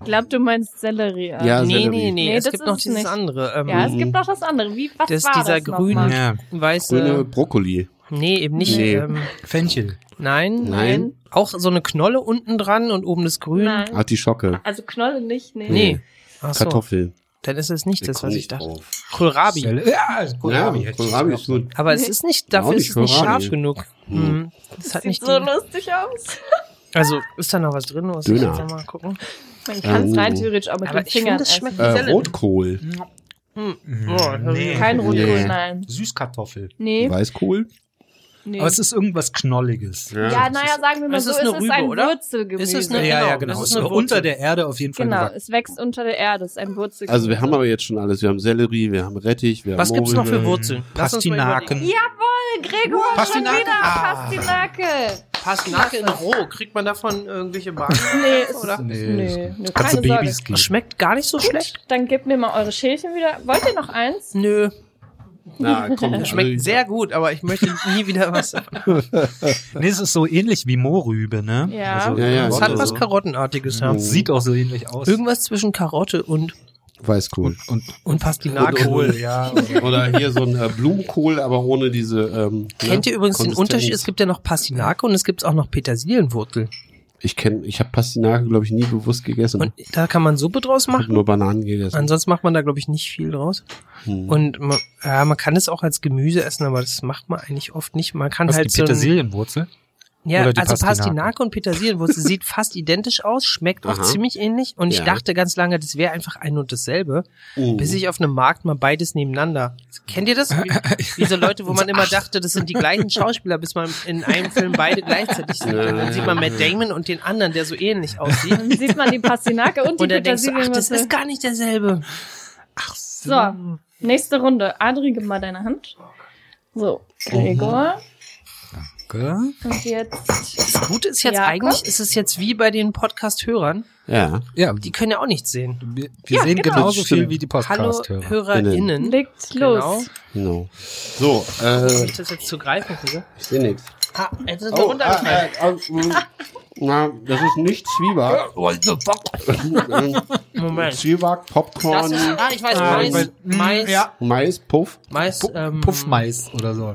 Ich glaube, du meinst Sellerie. Adri. Ja, nee, Sellerie. nee, nee, Nee, es das gibt ist noch es dieses nicht. andere. Ähm, Ja, es gibt noch das andere. Wie, was Das ist war dieser das noch grüne- mal? Ja. Grüne Weiße. Brokkoli. Nee, eben nicht. Nee. Ähm, Fenchel. nein. Nein. Auch so eine Knolle unten dran und oben das Grün. Nein. Artischocke. Also Knolle nicht, nee. Nee. Ach so, Kartoffel. dann ist es nicht das, was ich dachte. Drauf. Kohlrabi. Sel- Ja, also Kohlrabi. ja, hätte ich Kohlrabi jetzt ist gut. Aber es ist nicht, dafür Auch ist nicht es nicht Kohlrabi. scharf genug. Mhm. Das Das hat sieht nicht so die, lustig aus. also ist da noch was drin? Muss ich Döner. jetzt noch mal gucken. Man kann es Ähm, rein theoretisch auch mit Oh. aber den ich find, Fingern das schmeckt- essen. Äh, Sellerie. Rotkohl. noch- Mm. Oh, das hab ich- Mhm. Nee. Kein Rotkohl, Nee. nein. Süßkartoffel. Nee, Weißkohl. nee. Aber es ist irgendwas Knolliges. ja, naja, sagen wir mal es so, ist es eine ist Rübe, ein oder? Wurzelgemüse. Es ist eine- Ja, ja, genau, genau. das Es ist ist eine unter Wurzel. der Erde auf jeden Fall Genau, gewachsen. es wächst unter der Erde, es ist ein Wurzelgemüse. Also wir haben aber jetzt schon alles. Wir haben Sellerie, wir haben Rettich, wir Was haben gibt's noch für Mohrrübe. Wurzeln? Lass uns mal Pastinaken. überlegen. Jawohl, Gregor, Pastinake. schon wieder Ah. Pastinake. Pastinaken in roh. Kriegt man davon [LAUGHS] irgendwelche Magen? Nee, es Oder? ist, nee, nee, nee, Kannst keine du Babys Sorge. geben. Das schmeckt gar nicht so schlecht. Dann gebt mir mal eure Schälchen wieder. Wollt ihr noch eins? Nö, [LAUGHS] Na, komm, also, schmeckt sehr gut, aber ich möchte nie wieder [LAUGHS] was. Es Nee, es ist so ähnlich wie Mohrrübe, ne? Also- Ja. Ja, ja, Karotte hat also. was Karottenartiges, ja. Oh. so. Sieht auch so ähnlich aus. Irgendwas zwischen Karotte und, Weißkohl. und Pastinake. [LAUGHS] Kohl, ja. Oder hier so ein äh, Blumenkohl, aber ohne diese. Ähm, Kennt ne, ihr übrigens den Konsistenz. Unterschied? Es gibt ja noch Pastinake und es gibt auch noch Petersilienwurzel. Ich kenne, ich habe Pastinake, glaube ich, nie bewusst gegessen. Und da kann man Suppe draus ich habe machen. nur Bananen gegessen. Ansonsten macht man da, glaube ich, nicht viel draus. Hm. Und man, ja, man kann es auch als Gemüse essen, aber das macht man eigentlich oft nicht. Man kann Was, halt die so ein, Petersilienwurzel? Ja, Oder die also Pastinake. Pastinake und Petersilienwurzel [LAUGHS] sieht fast identisch aus, schmeckt auch Aha. ziemlich ähnlich. Und ich Ja. dachte ganz lange, das wäre einfach ein und dasselbe, Oh. Mhm. bis ich auf einem Markt mal beides nebeneinander. Kennt [LAUGHS] ihr das? Wie, diese Leute, wo man immer dachte, das sind die gleichen Schauspieler, bis man in einem Film beide gleichzeitig sieht. Und dann sieht man Matt Damon und den anderen, der so ähnlich aussieht. [LAUGHS] Dann sieht man die Pastinake und die Und dann denkst du, ach, das Petersilienwurzel. ist gar nicht derselbe. So, nächste Runde. Adri, gib mal deine Hand. So, Gregor. Gell? Und jetzt. Das Gute ist jetzt Ja, eigentlich, ist es jetzt wie bei den Podcast-Hörern, Ja. Ja, die die, können ja auch nichts sehen. wir, wir Ja, sehen genau. genauso Das stimmt. viel wie die Hallo Podcast-Hörer. HörerInnen. Legt Genau. los. Genau. So, äh, Wenn ich das jetzt zu greifen kriege. ich sehe nichts. Ah, jetzt ist Oh, ah, äh, äh, mh, na, das ist nicht Zwieback. Moment. Zwieback, Das Popcorn, ist, ah, ich weiß, Ah, Mais, weil- mm, Mais, Ja. Mais, Puff, Mais, ähm, Puffmais oder so.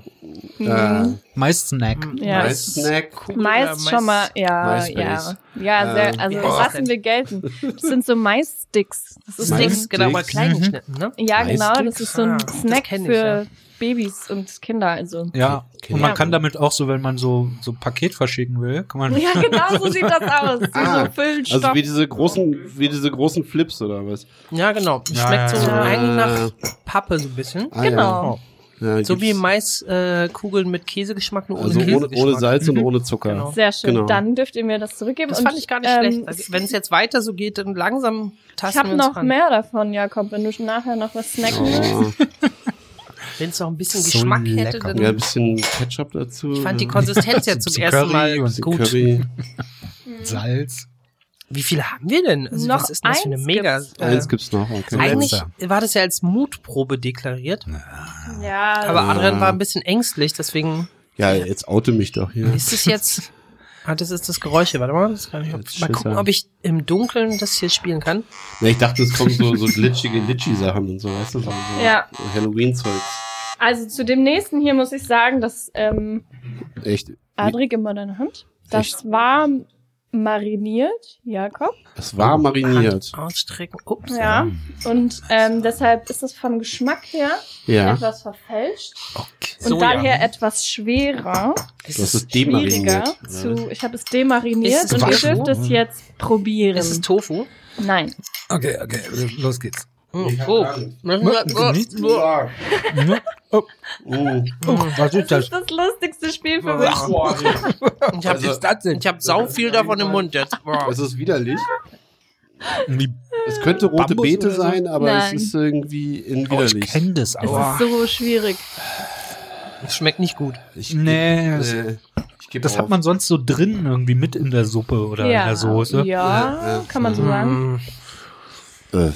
äh, Mhm, Mais-Snack. Ja. Mais Snack. Kugel, äh, Mais schon mal, ja, Mais ja. Base. Ja, Ähm, sehr, also wie heißt das lassen wir gelten. Das sind so Mais-Sticks. Das ist Das Mais- Ding, Mais ist genau, aber Sticks. klein Mhm. geschnitten, ne? ja, genau, Mais-Sticks? das ist so ein Ah, das Snack kenn ich, für ja. Babys und Kinder. Also. Ja, Okay. und man Ja. kann damit auch so, wenn man so, so ein Paket verschicken will, kann man. [LAUGHS] Ja, genau so sieht das aus. Wie [LAUGHS] so Ah, Füllstoff. Also wie diese großen, wie diese großen Flips oder was? Ja, genau. Ja, Schmeckt so ja, ja. eigentlich nach Ja. Pappe so ein bisschen. Ah, genau. Ja. Ja, So wie gibt's- Maiskugeln äh, Kugeln mit Käsegeschmack, nur ohne also ohne, Käsegeschmack. ohne Salz und ohne Zucker. Genau. Sehr schön. Genau. Dann dürft ihr mir das zurückgeben. Das und, fand ich gar nicht ähm, schlecht. Wenn es jetzt weiter so geht, dann langsam Ich tasten habe wir uns noch ran. mehr davon, Jakob, wenn du nachher noch was snacken willst. Oh. Wenn es noch ein bisschen So Geschmack hätte, lecker. dann... Ja, ein bisschen Ketchup dazu. ne? Ich fand die Konsistenz [LAUGHS] jetzt zum Bisschen ersten Mal Curry und Bisschen gut. Curry. Salz. Wie viele haben wir denn? Also Noch was ist denn das für eine eins mega... äh, Eins gibt's noch. Okay. Eigentlich letzter. war das ja als Mutprobe deklariert, Ja, aber Adrian war ein bisschen ängstlich, deswegen ja, jetzt oute mich doch hier. [LAUGHS] ist es jetzt Ah, das ist das Geräusche. Warte mal, das kann ich, Jetzt mal Schiss gucken, haben. ob ich im Dunkeln das hier spielen kann. Ne, ich dachte, es kommen so, so glitschige Litchi-Sachen und so, weißt du? So, so Ja. Halloween-Zeug. Also zu dem nächsten hier muss ich sagen, dass ähm, Echt, Adrik immer deine Hand. Das war mariniert, Jakob. es war mariniert. Hand ausstrecken. Ups. Ja. Und ähm, deshalb ist es vom Geschmack her Ja. etwas verfälscht Okay. und daher etwas schwerer, ist Das es, ist schwieriger. demariniert. Zu, Zu ich habe es Ist demariniert es und ihr gewaschen? dürft es jetzt probieren. ist es Tofu? Nein. Okay, okay, los geht's. Hm, oh. Ne? Oh, was Das ist das? ist das lustigste Spiel für mich. Ich habe Also- ich hab sau viel davon im Mund jetzt. Boah. Oh, es ist widerlich. Wie- Es könnte rote Bambus Beete oder so? sein, aber Nein. es ist irgendwie in Oh, ich widerlich. kenn das aber. Das ist so schwierig. Das schmeckt nicht gut. Ich geb- Nee, das, nee, ich geb das auf. hat man sonst so drin irgendwie mit in der Suppe oder in der Soße. Ja, kann man so sagen. Hm. Äh,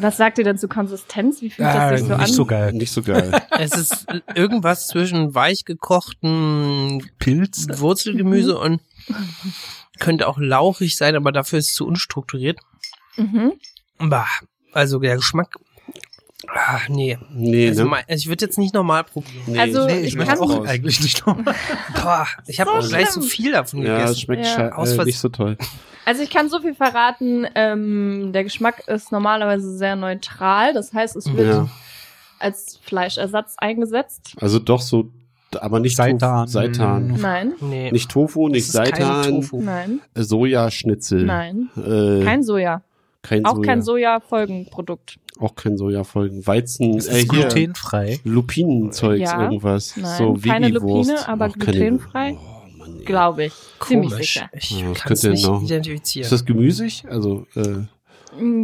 Was sagt ihr denn zu Konsistenz? Wie fühlt Ah, das sich so nicht an? so geil. Äh, nicht so geil. Es ist irgendwas zwischen weich gekochten Pilz. Wurzelgemüse Mhm. und könnte auch lauchig sein, aber dafür ist es zu unstrukturiert. mhm. Bah. Also der Geschmack. Ah, nee. Nee, Also, ne? mein, ich würde jetzt nicht nochmal probieren. nee. Also ich, kann auch- eigentlich nicht [LAUGHS] nochmal. Boah, ich habe So auch gleich so schlimm. viel davon ja, es gegessen. schmeckt Ja. schei- Aus äh, Vers- nicht so toll. also ich kann so viel verraten. Ähm, der Geschmack ist normalerweise sehr neutral. Das heißt, es wird Ja. als Fleischersatz eingesetzt. Also doch so, aber nicht Seitan. Tofu, Seitan. Nein, Nee. Nicht Tofu, nicht Es ist kein Seitan, äh, Tofu. nein, Sojaschnitzel. nein. Äh, Kein Soja. kein Auch kein Soja. Soja-Folgenprodukt. Auch kein Soja folgen. Weizen, Es äh, ist hier, glutenfrei. Lupinenzeugs, Ja. irgendwas. Nein, so keine Veggie-Wurst. Lupine, aber Auch keine- glutenfrei. Oh, Mann, ey. Glaube ich. Ziemlich Komisch. sicher. Ich Ja, kann's was kann es könnte nicht denn noch? Ist identifizieren. das gemüsig? Also, äh, Es ist Nein.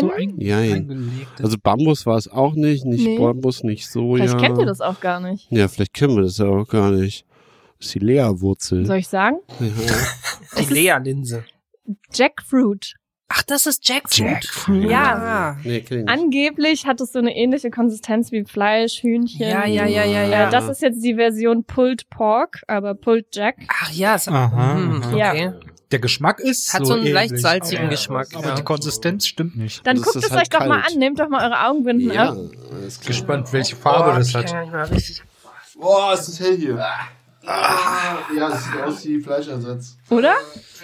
so ein, Ja, ja. eingelegt. also Bambus war es auch nicht, nicht Nee. Bambus, nicht Soja. Vielleicht kennt ihr das auch gar nicht. Ja, vielleicht kennen wir das ja auch gar nicht. Das ist die Lea-Wurzel. Soll ich sagen? Ja. Die Lea-Linse. Jackfruit. Ach, das ist Jackfruit. Jackfruit. Ja. Nee, kenn ich nicht. Angeblich hat es so eine ähnliche Konsistenz wie Fleisch, Hühnchen. Ja, ja, ja, ja, Äh, ja. das ist jetzt die Version Pulled Pork, aber Pulled Jack. Ach ja, es Aha, hm, aha. okay. Der Geschmack ist Hat so einen leicht salzigen aber- Geschmack, Aber ja. die Konsistenz stimmt nicht. Dann Das guckt ist es halt euch doch mal kalt. an, nehmt doch mal eure Augenbinden Ja, ab. ist klar. Gespannt, welche Oh, Farbe das Ich hat. halt kann ja nicht mal richtig. Boah, es ist hell hier. Ah, ja, es sieht aus wie Fleischersatz. Oder?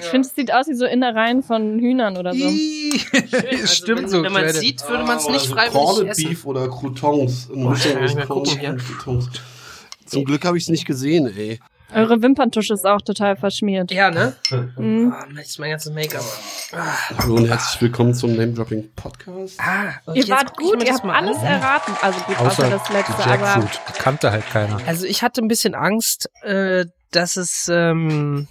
Ich finde, es sieht aus wie so Innereien von Hühnern oder so. [LAUGHS] Also, Stimmt wenn, so, Wenn man es kleine- sieht, würde man es Ah, nicht also freiwillig Corned essen. Beef oder Croutons. Eine Mischung kann ich aus mal Corned gucken, ja. und Croutons. Zum Glück habe ich es nicht gesehen, ey. Eure Wimperntusche ist auch total verschmiert. Ja, ne? Mhm. Ah, das ist mein ganzes Make-up. Hallo und herzlich willkommen zum Name-Dropping-Podcast. Ah, und Ihr jetzt wart guck ich mir gut, ihr das habt mal an. alles erraten. Also gut, außer, Außer das Die letzte, aber Jackfruit. Die kannte halt keiner. Also ich hatte ein bisschen Angst, äh, dass es ähm,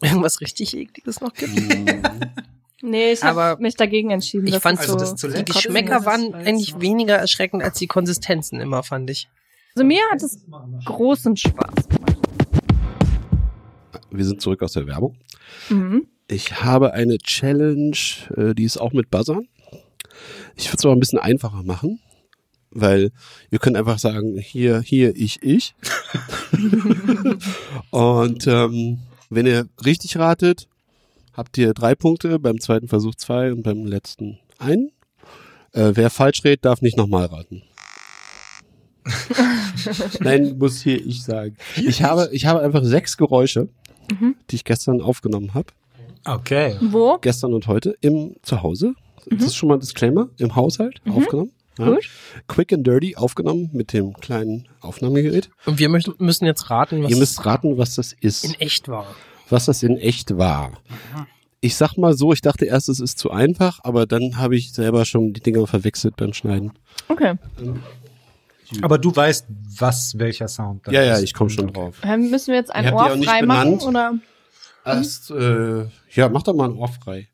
irgendwas richtig Ekliges noch gibt. Hm. nee, ich Aber habe mich dagegen entschieden. Ich das fand ist also so. das die Geschmäcker waren eigentlich weniger erschreckend als die Konsistenzen immer, fand ich. also mir hat es großen Spaß gemacht. Wir sind zurück aus der Werbung. Mhm. Ich habe eine Challenge, äh, die ist auch mit Buzzern. Ich würde es aber ein bisschen einfacher machen, weil ihr könnt einfach sagen, hier, hier, ich, ich. Und ähm, wenn ihr richtig ratet, habt ihr drei Punkte, beim zweiten Versuch zwei und beim letzten einen. Äh, wer falsch rät, darf nicht nochmal raten. Nein, muss hier ich sagen. Ich habe, ich habe einfach sechs Geräusche, Mhm. die ich gestern aufgenommen habe Okay. Wo? gestern und heute im Zuhause. Das ist schon mal ein Disclaimer. Im Haushalt aufgenommen. Ja. Gut. Quick and dirty aufgenommen mit dem kleinen Aufnahmegerät. Und wir möchten, müssen jetzt raten, was Ihr müsst raten, was das in e- ist, echt war. was das in echt war. Ich sag mal so, ich dachte erst, es ist zu einfach, aber dann habe ich selber schon die Dinger verwechselt beim Schneiden. Okay. Aber du weißt, was welcher Sound da ja, ist. ja, ich komme schon drauf. Ähm, Müssen wir jetzt Ihr ein habt die auch Ohr nicht frei machen? benannt. Oder? Erst, äh, ja, mach doch mal ein Ohr frei.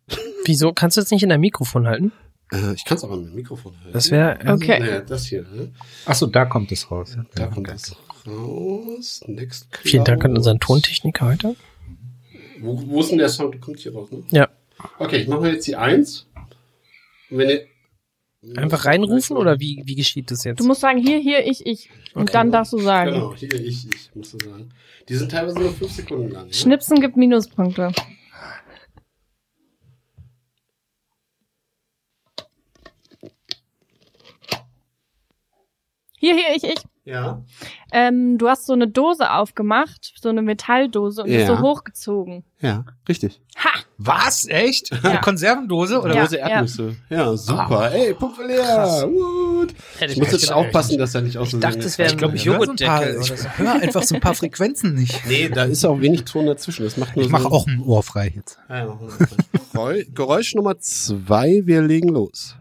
Wieso kannst du jetzt nicht in dein Mikrofon halten? Äh, ich kann es aber mit dem Mikrofon halten. Das wäre Okay. Naja, das hier. Ne? Achso, da kommt es raus. Da Ja, kommt okay. das raus. Next Vielen Dank an Cloud. unseren Tontechniker heute. Wo, wo ist denn der Sound? Kommt hier raus, ne? Ja. Okay, ich mache jetzt die 1. Wenn ihr, Einfach reinrufen oder wie, wie geschieht das jetzt? Du musst sagen, hier, hier, ich, ich. Und Okay. dann darfst du sagen. Genau, hier, ich, ich, musst du sagen. Die sind teilweise nur fünf Sekunden lang. ne? Ja? Schnipsen gibt Minuspunkte. Hier, hier, ich, ich. ja. Ähm, du hast so eine Dose aufgemacht, so eine Metalldose und die ist Ja. so hochgezogen. Ja, richtig. Ha! Was? Echt? Eine Konservendose? Oder Ja, was? Dose Erdnüsse. Ja, Ah. super. Ey, Punkt für Lea. Gut. Ich muss jetzt aufpassen, dass er nicht aus Ich dachte, es wäre ein ne? Ich hör so ein paar, Joghurtdeckel oder ich [LAUGHS] so. hör einfach so ein paar Frequenzen nicht. Nee, da ist auch wenig Ton dazwischen. Das macht nur [LAUGHS] Ich mache so- auch ein Ohr frei jetzt. Ah, ja, okay. Geräusch- Geräusch Nummer zwei, wir legen los.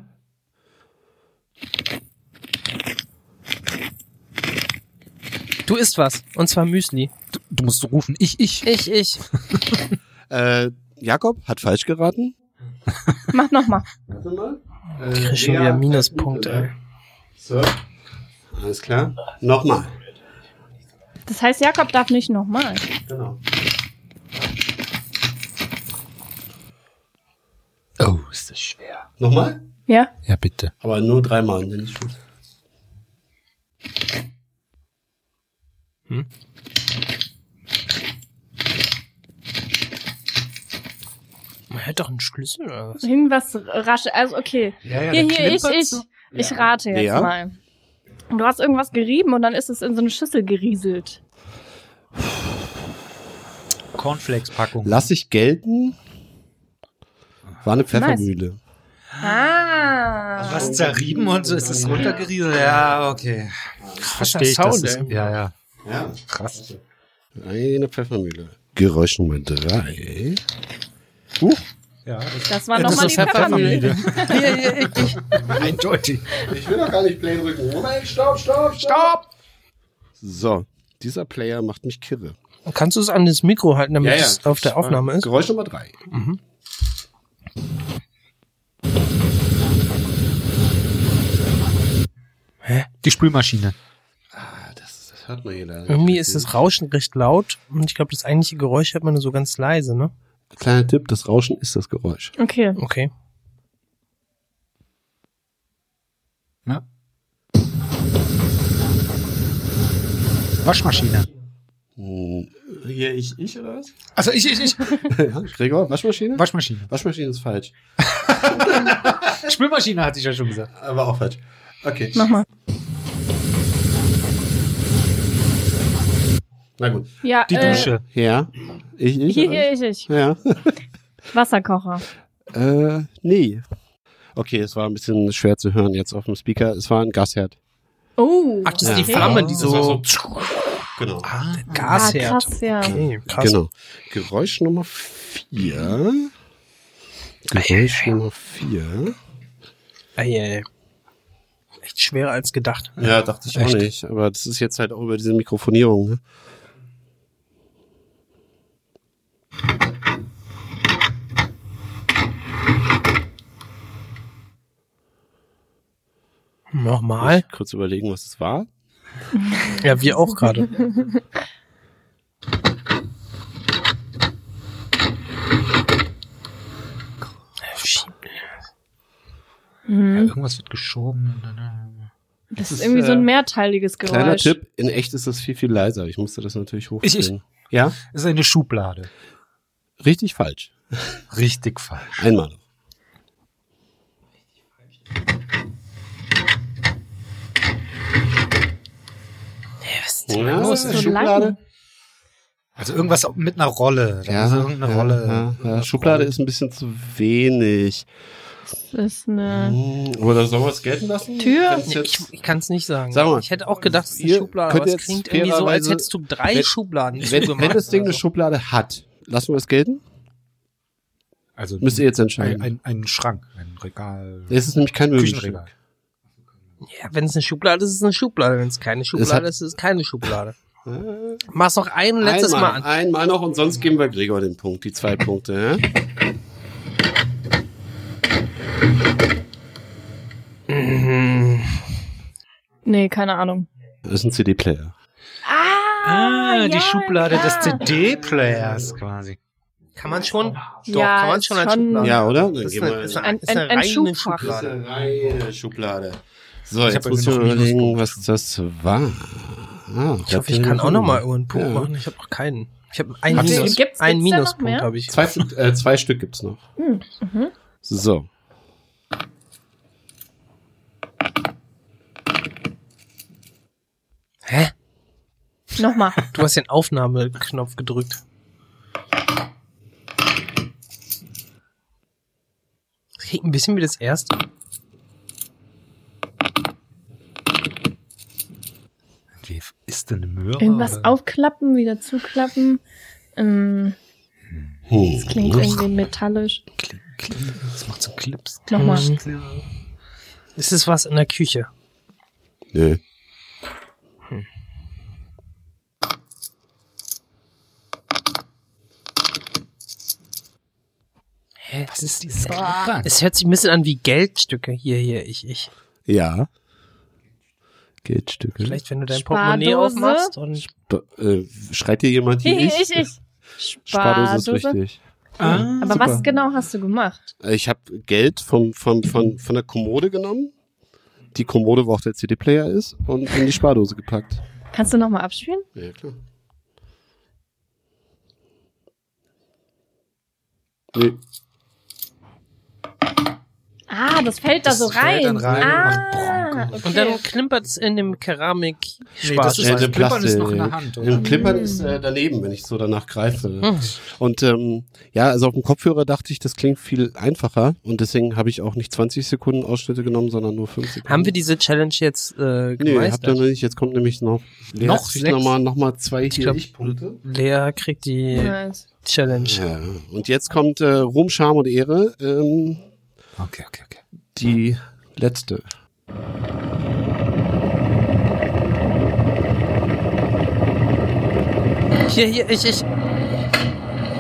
Du isst was. Und zwar Müsli. Du, du musst rufen, ich, ich. Ich, ich. Äh, Jakob hat falsch geraten. Mach nochmal. Warte mal. Krieg schon wieder Minuspunkt, ey. ne? So. Alles klar. Nochmal. Das heißt, Jakob darf nicht nochmal. Genau. Oh, ist das schwer. Nochmal? Ja? Ja, bitte. Aber nur dreimal. und dann ist gut. Man hört doch einen Schlüssel oder was? Irgendwas rasche. Also, okay. Ja, ja, da hier, hier, ich, klimpert's ich. so. Ich rate jetzt Ja. mal. Und du hast irgendwas gerieben und dann ist es in so eine Schüssel gerieselt. Cornflakes-Packung. Lass ich gelten. War eine Pfeffermühle. Ah. Was zerrieben und so ist es runtergerieselt. Ja, okay. Krasser das Sound, ist, ey. ja, ja. Ja. Krass. Eine Pfeffermühle. Geräusch Nummer drei. Ja, das Das war nochmal die Pfeffermühle. eindeutig. Ich will doch gar nicht Play drücken. Moment, stopp, stopp, stopp. So, dieser Player macht mich kirre. Kannst du es an das Mikro halten, damit Ja, ja. es auf der Aufnahme ist? Geräusch Nummer drei. Die Spülmaschine. Ah, das, das hört man hier leider. Irgendwie ist das Rauschen recht laut und ich glaube, das eigentliche Geräusch hört man nur so ganz leise, ne? Kleiner Tipp, das Rauschen ist das Geräusch. Okay. Okay. Ne? Waschmaschine. Äh, Hier, ich, ich oder was? Also ich, ich, ich. ja, Gregor, Waschmaschine? Waschmaschine. Waschmaschine ist falsch. Spülmaschine hatte ich ja schon gesagt. Aber auch falsch. Okay. Nochmal. Na gut. Ja, Die äh, Dusche. Ja. Ich, ich. Hier, oder hier, ich, ich. was? Ja. Wasserkocher. Äh, nee. Okay, es war ein bisschen schwer zu hören jetzt auf dem Speaker. Es war ein Gasherd. Oh. Ach, das ist Ja. die Flamme, die Ah. so, Genau. ah, Gasherd. krass, ja. Okay, krass. Genau. Geräusch Nummer vier. Geräusch Nummer vier. Ey, ey, ey. Echt schwerer als gedacht. Ja, dachte ich auch nicht. Aber das ist jetzt halt auch über diese Mikrofonierung. Ne? Nochmal. Ich kurz überlegen, was es war. Ja, wir auch gerade. Mhm. Ja, irgendwas wird geschoben. Das ist ist, irgendwie so ein äh, mehrteiliges Geräusch. Kleiner Tipp, in echt ist das viel, viel leiser. Ich musste das natürlich hochstellen. Ich- ja, Das ist eine Schublade. richtig falsch. Richtig falsch. Einmal noch. Ja, los? So Lappen. Also irgendwas mit einer Rolle. Da Ja, muss irgendeine ja, Rolle. Also Ja, ja. Schublade ist ein bisschen zu wenig. Das ist eine. Hm, Oder sollen wir es gelten lassen? Tür? Wenn's Nee, ich jetzt- ich kann es nicht sagen. Sag mal, ich hätte auch gedacht, es ist eine ihr Schublade, könnt aber es jetzt klingt irgendwie so, als fairerweise- hättest du drei Wenn- Schubladen wenn, wenn zugemacht das Ding eine oder so. Schublade hat, lassen wir es gelten? Also Müsst ihr jetzt ein, entscheiden. ein, ein Schrank, ein Regal. es ist nämlich kein Möbelstück. Küchenregal. Ja, wenn es eine Schublade ist, ist es eine Schublade. Wenn es keine hat- Äh. Schublade ist, ist es keine Schublade. Mach's noch ein letztes Einmal, Mal an. einmal noch und sonst geben wir Gregor den Punkt, die zwei Punkte. Ja? Mhm. Nee, keine Ahnung. Das ist ein CD-Player. Ah, Ah, ja, die Schublade klar. des CD-Players quasi. Kann man schon, doch, Ja, kann man ist schon als schon- Schublade. Ja, oder? Dann Das ist gehen eine, wir- ist eine, Ein- ist eine ein- ein reine Schubfach. Schublade. Reine Schublade. So, Ich hab jetzt muss ich irgendwie noch überlegen, Minuspunkte. was das war. Ah, Ich hoffe, ich kann auch nochmal irgendeinen Punkt Ja. machen. Ich habe noch keinen. Ich habe einen, Habt ihr- Minus, Gibt's- einen gibt's da noch Minuspunkt, mehr? habe ich. Zwei, äh, zwei Stück gibt's noch. Mhm, So. Hä? Nochmal. Du hast den Aufnahmeknopf gedrückt. Das klingt ein bisschen wie das erste. Wie ist denn eine Möhre? Irgendwas aufklappen, wieder zuklappen. Ähm, Hm. mhm. das klingt irgendwie metallisch. Kling, kling. Das macht so Clips. Nochmal. Hm. Das ist was in der Küche. Nö. Hä? Was ist dieses? Dank. Es hört sich ein bisschen an wie Geldstücke. Hier, hier, ich, Hm? ich. Ja. Geldstücke. Vielleicht, wenn du dein Spardose. Portemonnaie aufmachst und Ba- Äh, schreit dir jemand hier? Ich, ich, ich. Spardose ist Spardose. richtig. Ah, Aber was genau hast du gemacht? Äh, Ich habe Geld vom, vom, von, von der Kommode genommen. Die Kommode, wo auch der CD-Player ist, und in die Spardose gepackt. Kannst du nochmal abspielen? Ja, klar. Nee. Ah, das fällt da Das so fällt rein. dann rein und macht ah, okay. Und dann klimpert es in dem Keramik. Nee, das ist, Äh, das eine Klippern ist noch in der Plastik. Hand, oder? Im Klippern ist äh, daneben, wenn ich so danach greife. Hm. Und ähm, ja, also auf dem Kopfhörer dachte ich, das klingt viel einfacher und deswegen habe ich auch nicht 20 Sekunden Ausschnitte genommen, sondanden nur 5 Sekunden. Haben wir diese Challenge jetzt äh, Nö, habt ihr gemeistert? noch nicht. Jetzt kommt nämlich noch Noch sechs? nochmal noch mal zwei hier glaub- Ich-Punkte. Lea kriegt die Nice. Challenge. Ja. Und jetzt kommt äh, Ruhm, Scham und Ehre. Ähm, Okay, okay, okay. die letzte. Hier, hier, ich, ich.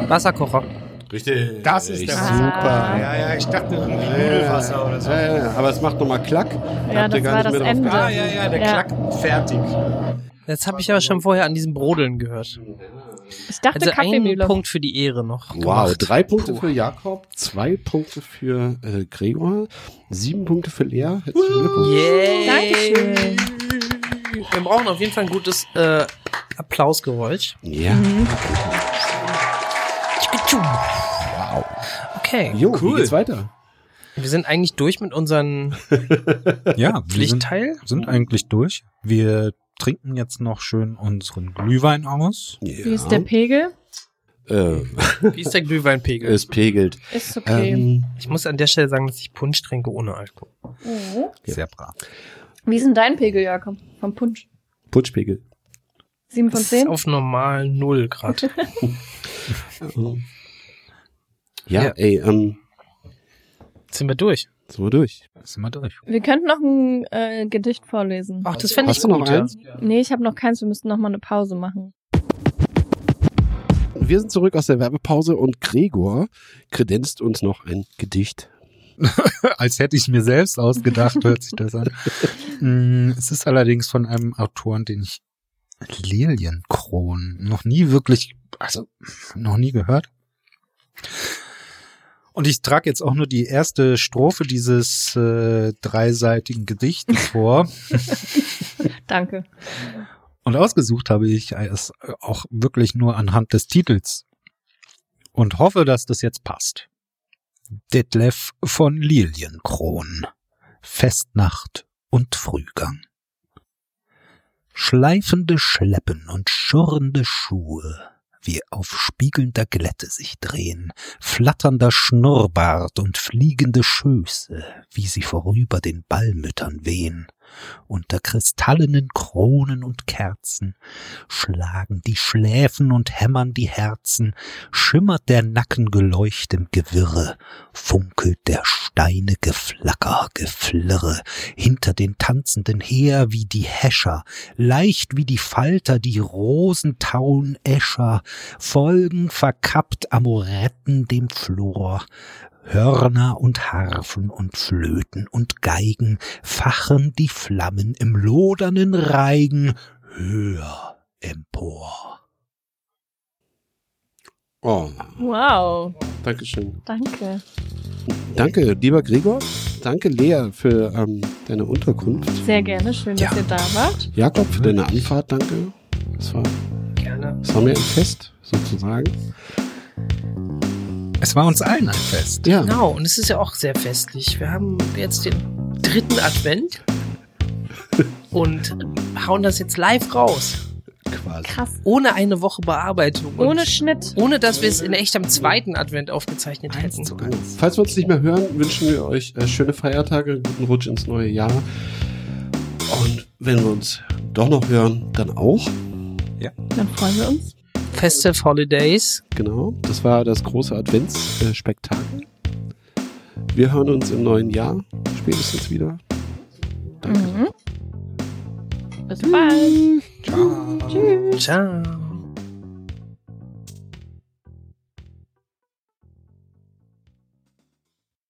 Wasserkocher. Richtig. Das ist der Super. Wasser. Ah. Ja, ja, ich dachte, Nudelwasser oder so. Ja, ja, ja, aber es macht nochmal Klack. Ja, Habt ihr das gar war nicht das mehr drauf Ende. Ah, ja, ja, der Ja. Klack, fertig. Jetzt habe ich aber schon vorher an diesem Brodeln gehört. Ich dachte Also einen Kaffeemühle. Punkt für die Ehre noch. Wow, gemacht. drei Punkte Puh. für Jakob, zwei Punkte für äh, Gregor, sieben Punkte für Lea. Herzlichen Glückwunsch. Yay. Dankeschön. Wir brauchen auf jeden Fall ein gutes äh, Applausgeräusch. Ja, Okay, jo, cool. Cool. wie geht's weiter? wir sind eigentlich durch mit unserem Ja, wir sind, [LAUGHS] Pflichtteil. sind eigentlich durch. Wir trinken jetzt noch schön unseren Glühwein aus. Ja. Wie ist der Pegel? äh, Wie ist der Glühweinpegel? es pegelt. Ist okay. Ähm, Ich muss an der Stelle sagen, dass ich Punsch trinke ohne Alkohol. Mhm. Sehr brav. Wie ist denn dein Pegel, Jakob? Vom Punsch? Punschpegel. Sieben von Das ist zehn? auf normal null [LAUGHS] Grad. Ja, Ja. ey, ähm, sind wir durch. sind wir durch. Sind wir durch. Wir könnten noch ein äh, Gedicht vorlesen. Ach, das fände ich Hast du noch gut. Ja. eins? Nee, ich habe noch keins. Wir müssten noch mal eine Pause machen. Wir sind zurück aus der Werbepause und Gregor kredenzt uns noch ein Gedicht. [LAUGHS] Als hätte ich mir selbst ausgedacht, hört sich das [LAUGHS] an. Mm, es ist allerdings von einem Autoren, den ich Lilienkron noch nie wirklich, also noch nie gehört. Und ich trage jetzt auch nur die erste Strophe dieses äh, dreiseitigen Gedichts vor. Danke. Und ausgesucht habe ich es auch wirklich nur anhand des Titels. Und hoffe, dass das jetzt passt. Detlef von Lilienkron. Festnacht und Frühgang. Schleifende Schleppen und schurrende Schuhe, wie auf spiegelnder Glätte sich drehen, flatternder Schnurrbart und fliegende Schöße, wie sie vorüber den Ballmüttern wehen unter kristallenen Kronen und Kerzen, schlagen die Schläfen und hämmern die Herzen, schimmert der Nacken geleucht im Gewirre, funkelt der Steine Geflacker, Geflirre, hinter den Tanzenden her wie die Häscher, leicht wie die Falter, die Rosentauen Äscher, folgen verkappt Amoretten dem Flor, Hörner und Harfen und Flöten und Geigen fachen die Flammen im lodernden Reigen höher empor. Oh, Wow, Dankeschön. danke. Danke, lieber Gregor. Danke, Lea, für ähm, deine Unterkunft. Sehr gerne, schön, dass ihr da wart. Jakob, für deine Anfahrt, danke. Es war, Gerne. es war mir ein Fest, sozusagen. Es war uns allen ein Fest. Ja, Genau, und es ist ja auch sehr festlich. Wir haben jetzt den dritten Advent und hauen das jetzt live raus. quasi. Krass. Ohne eine Woche Bearbeitung. Ohne und Schnitt. ohne dass wir es in echt am zweiten Advent aufgezeichnet hätten. Falls wir uns nicht mehr hören, wünschen wir euch äh, schöne Feiertage, guten Rutsch ins neue Jahr. Und wenn wir uns doch noch hören, dann auch. Dann freuen wir uns. Festive Holidays. Genau, das war das große Adventsspektakel. Wir hören uns im neuen Jahr spätestens wieder. Danke. Mhm. Bis bald. Ciao.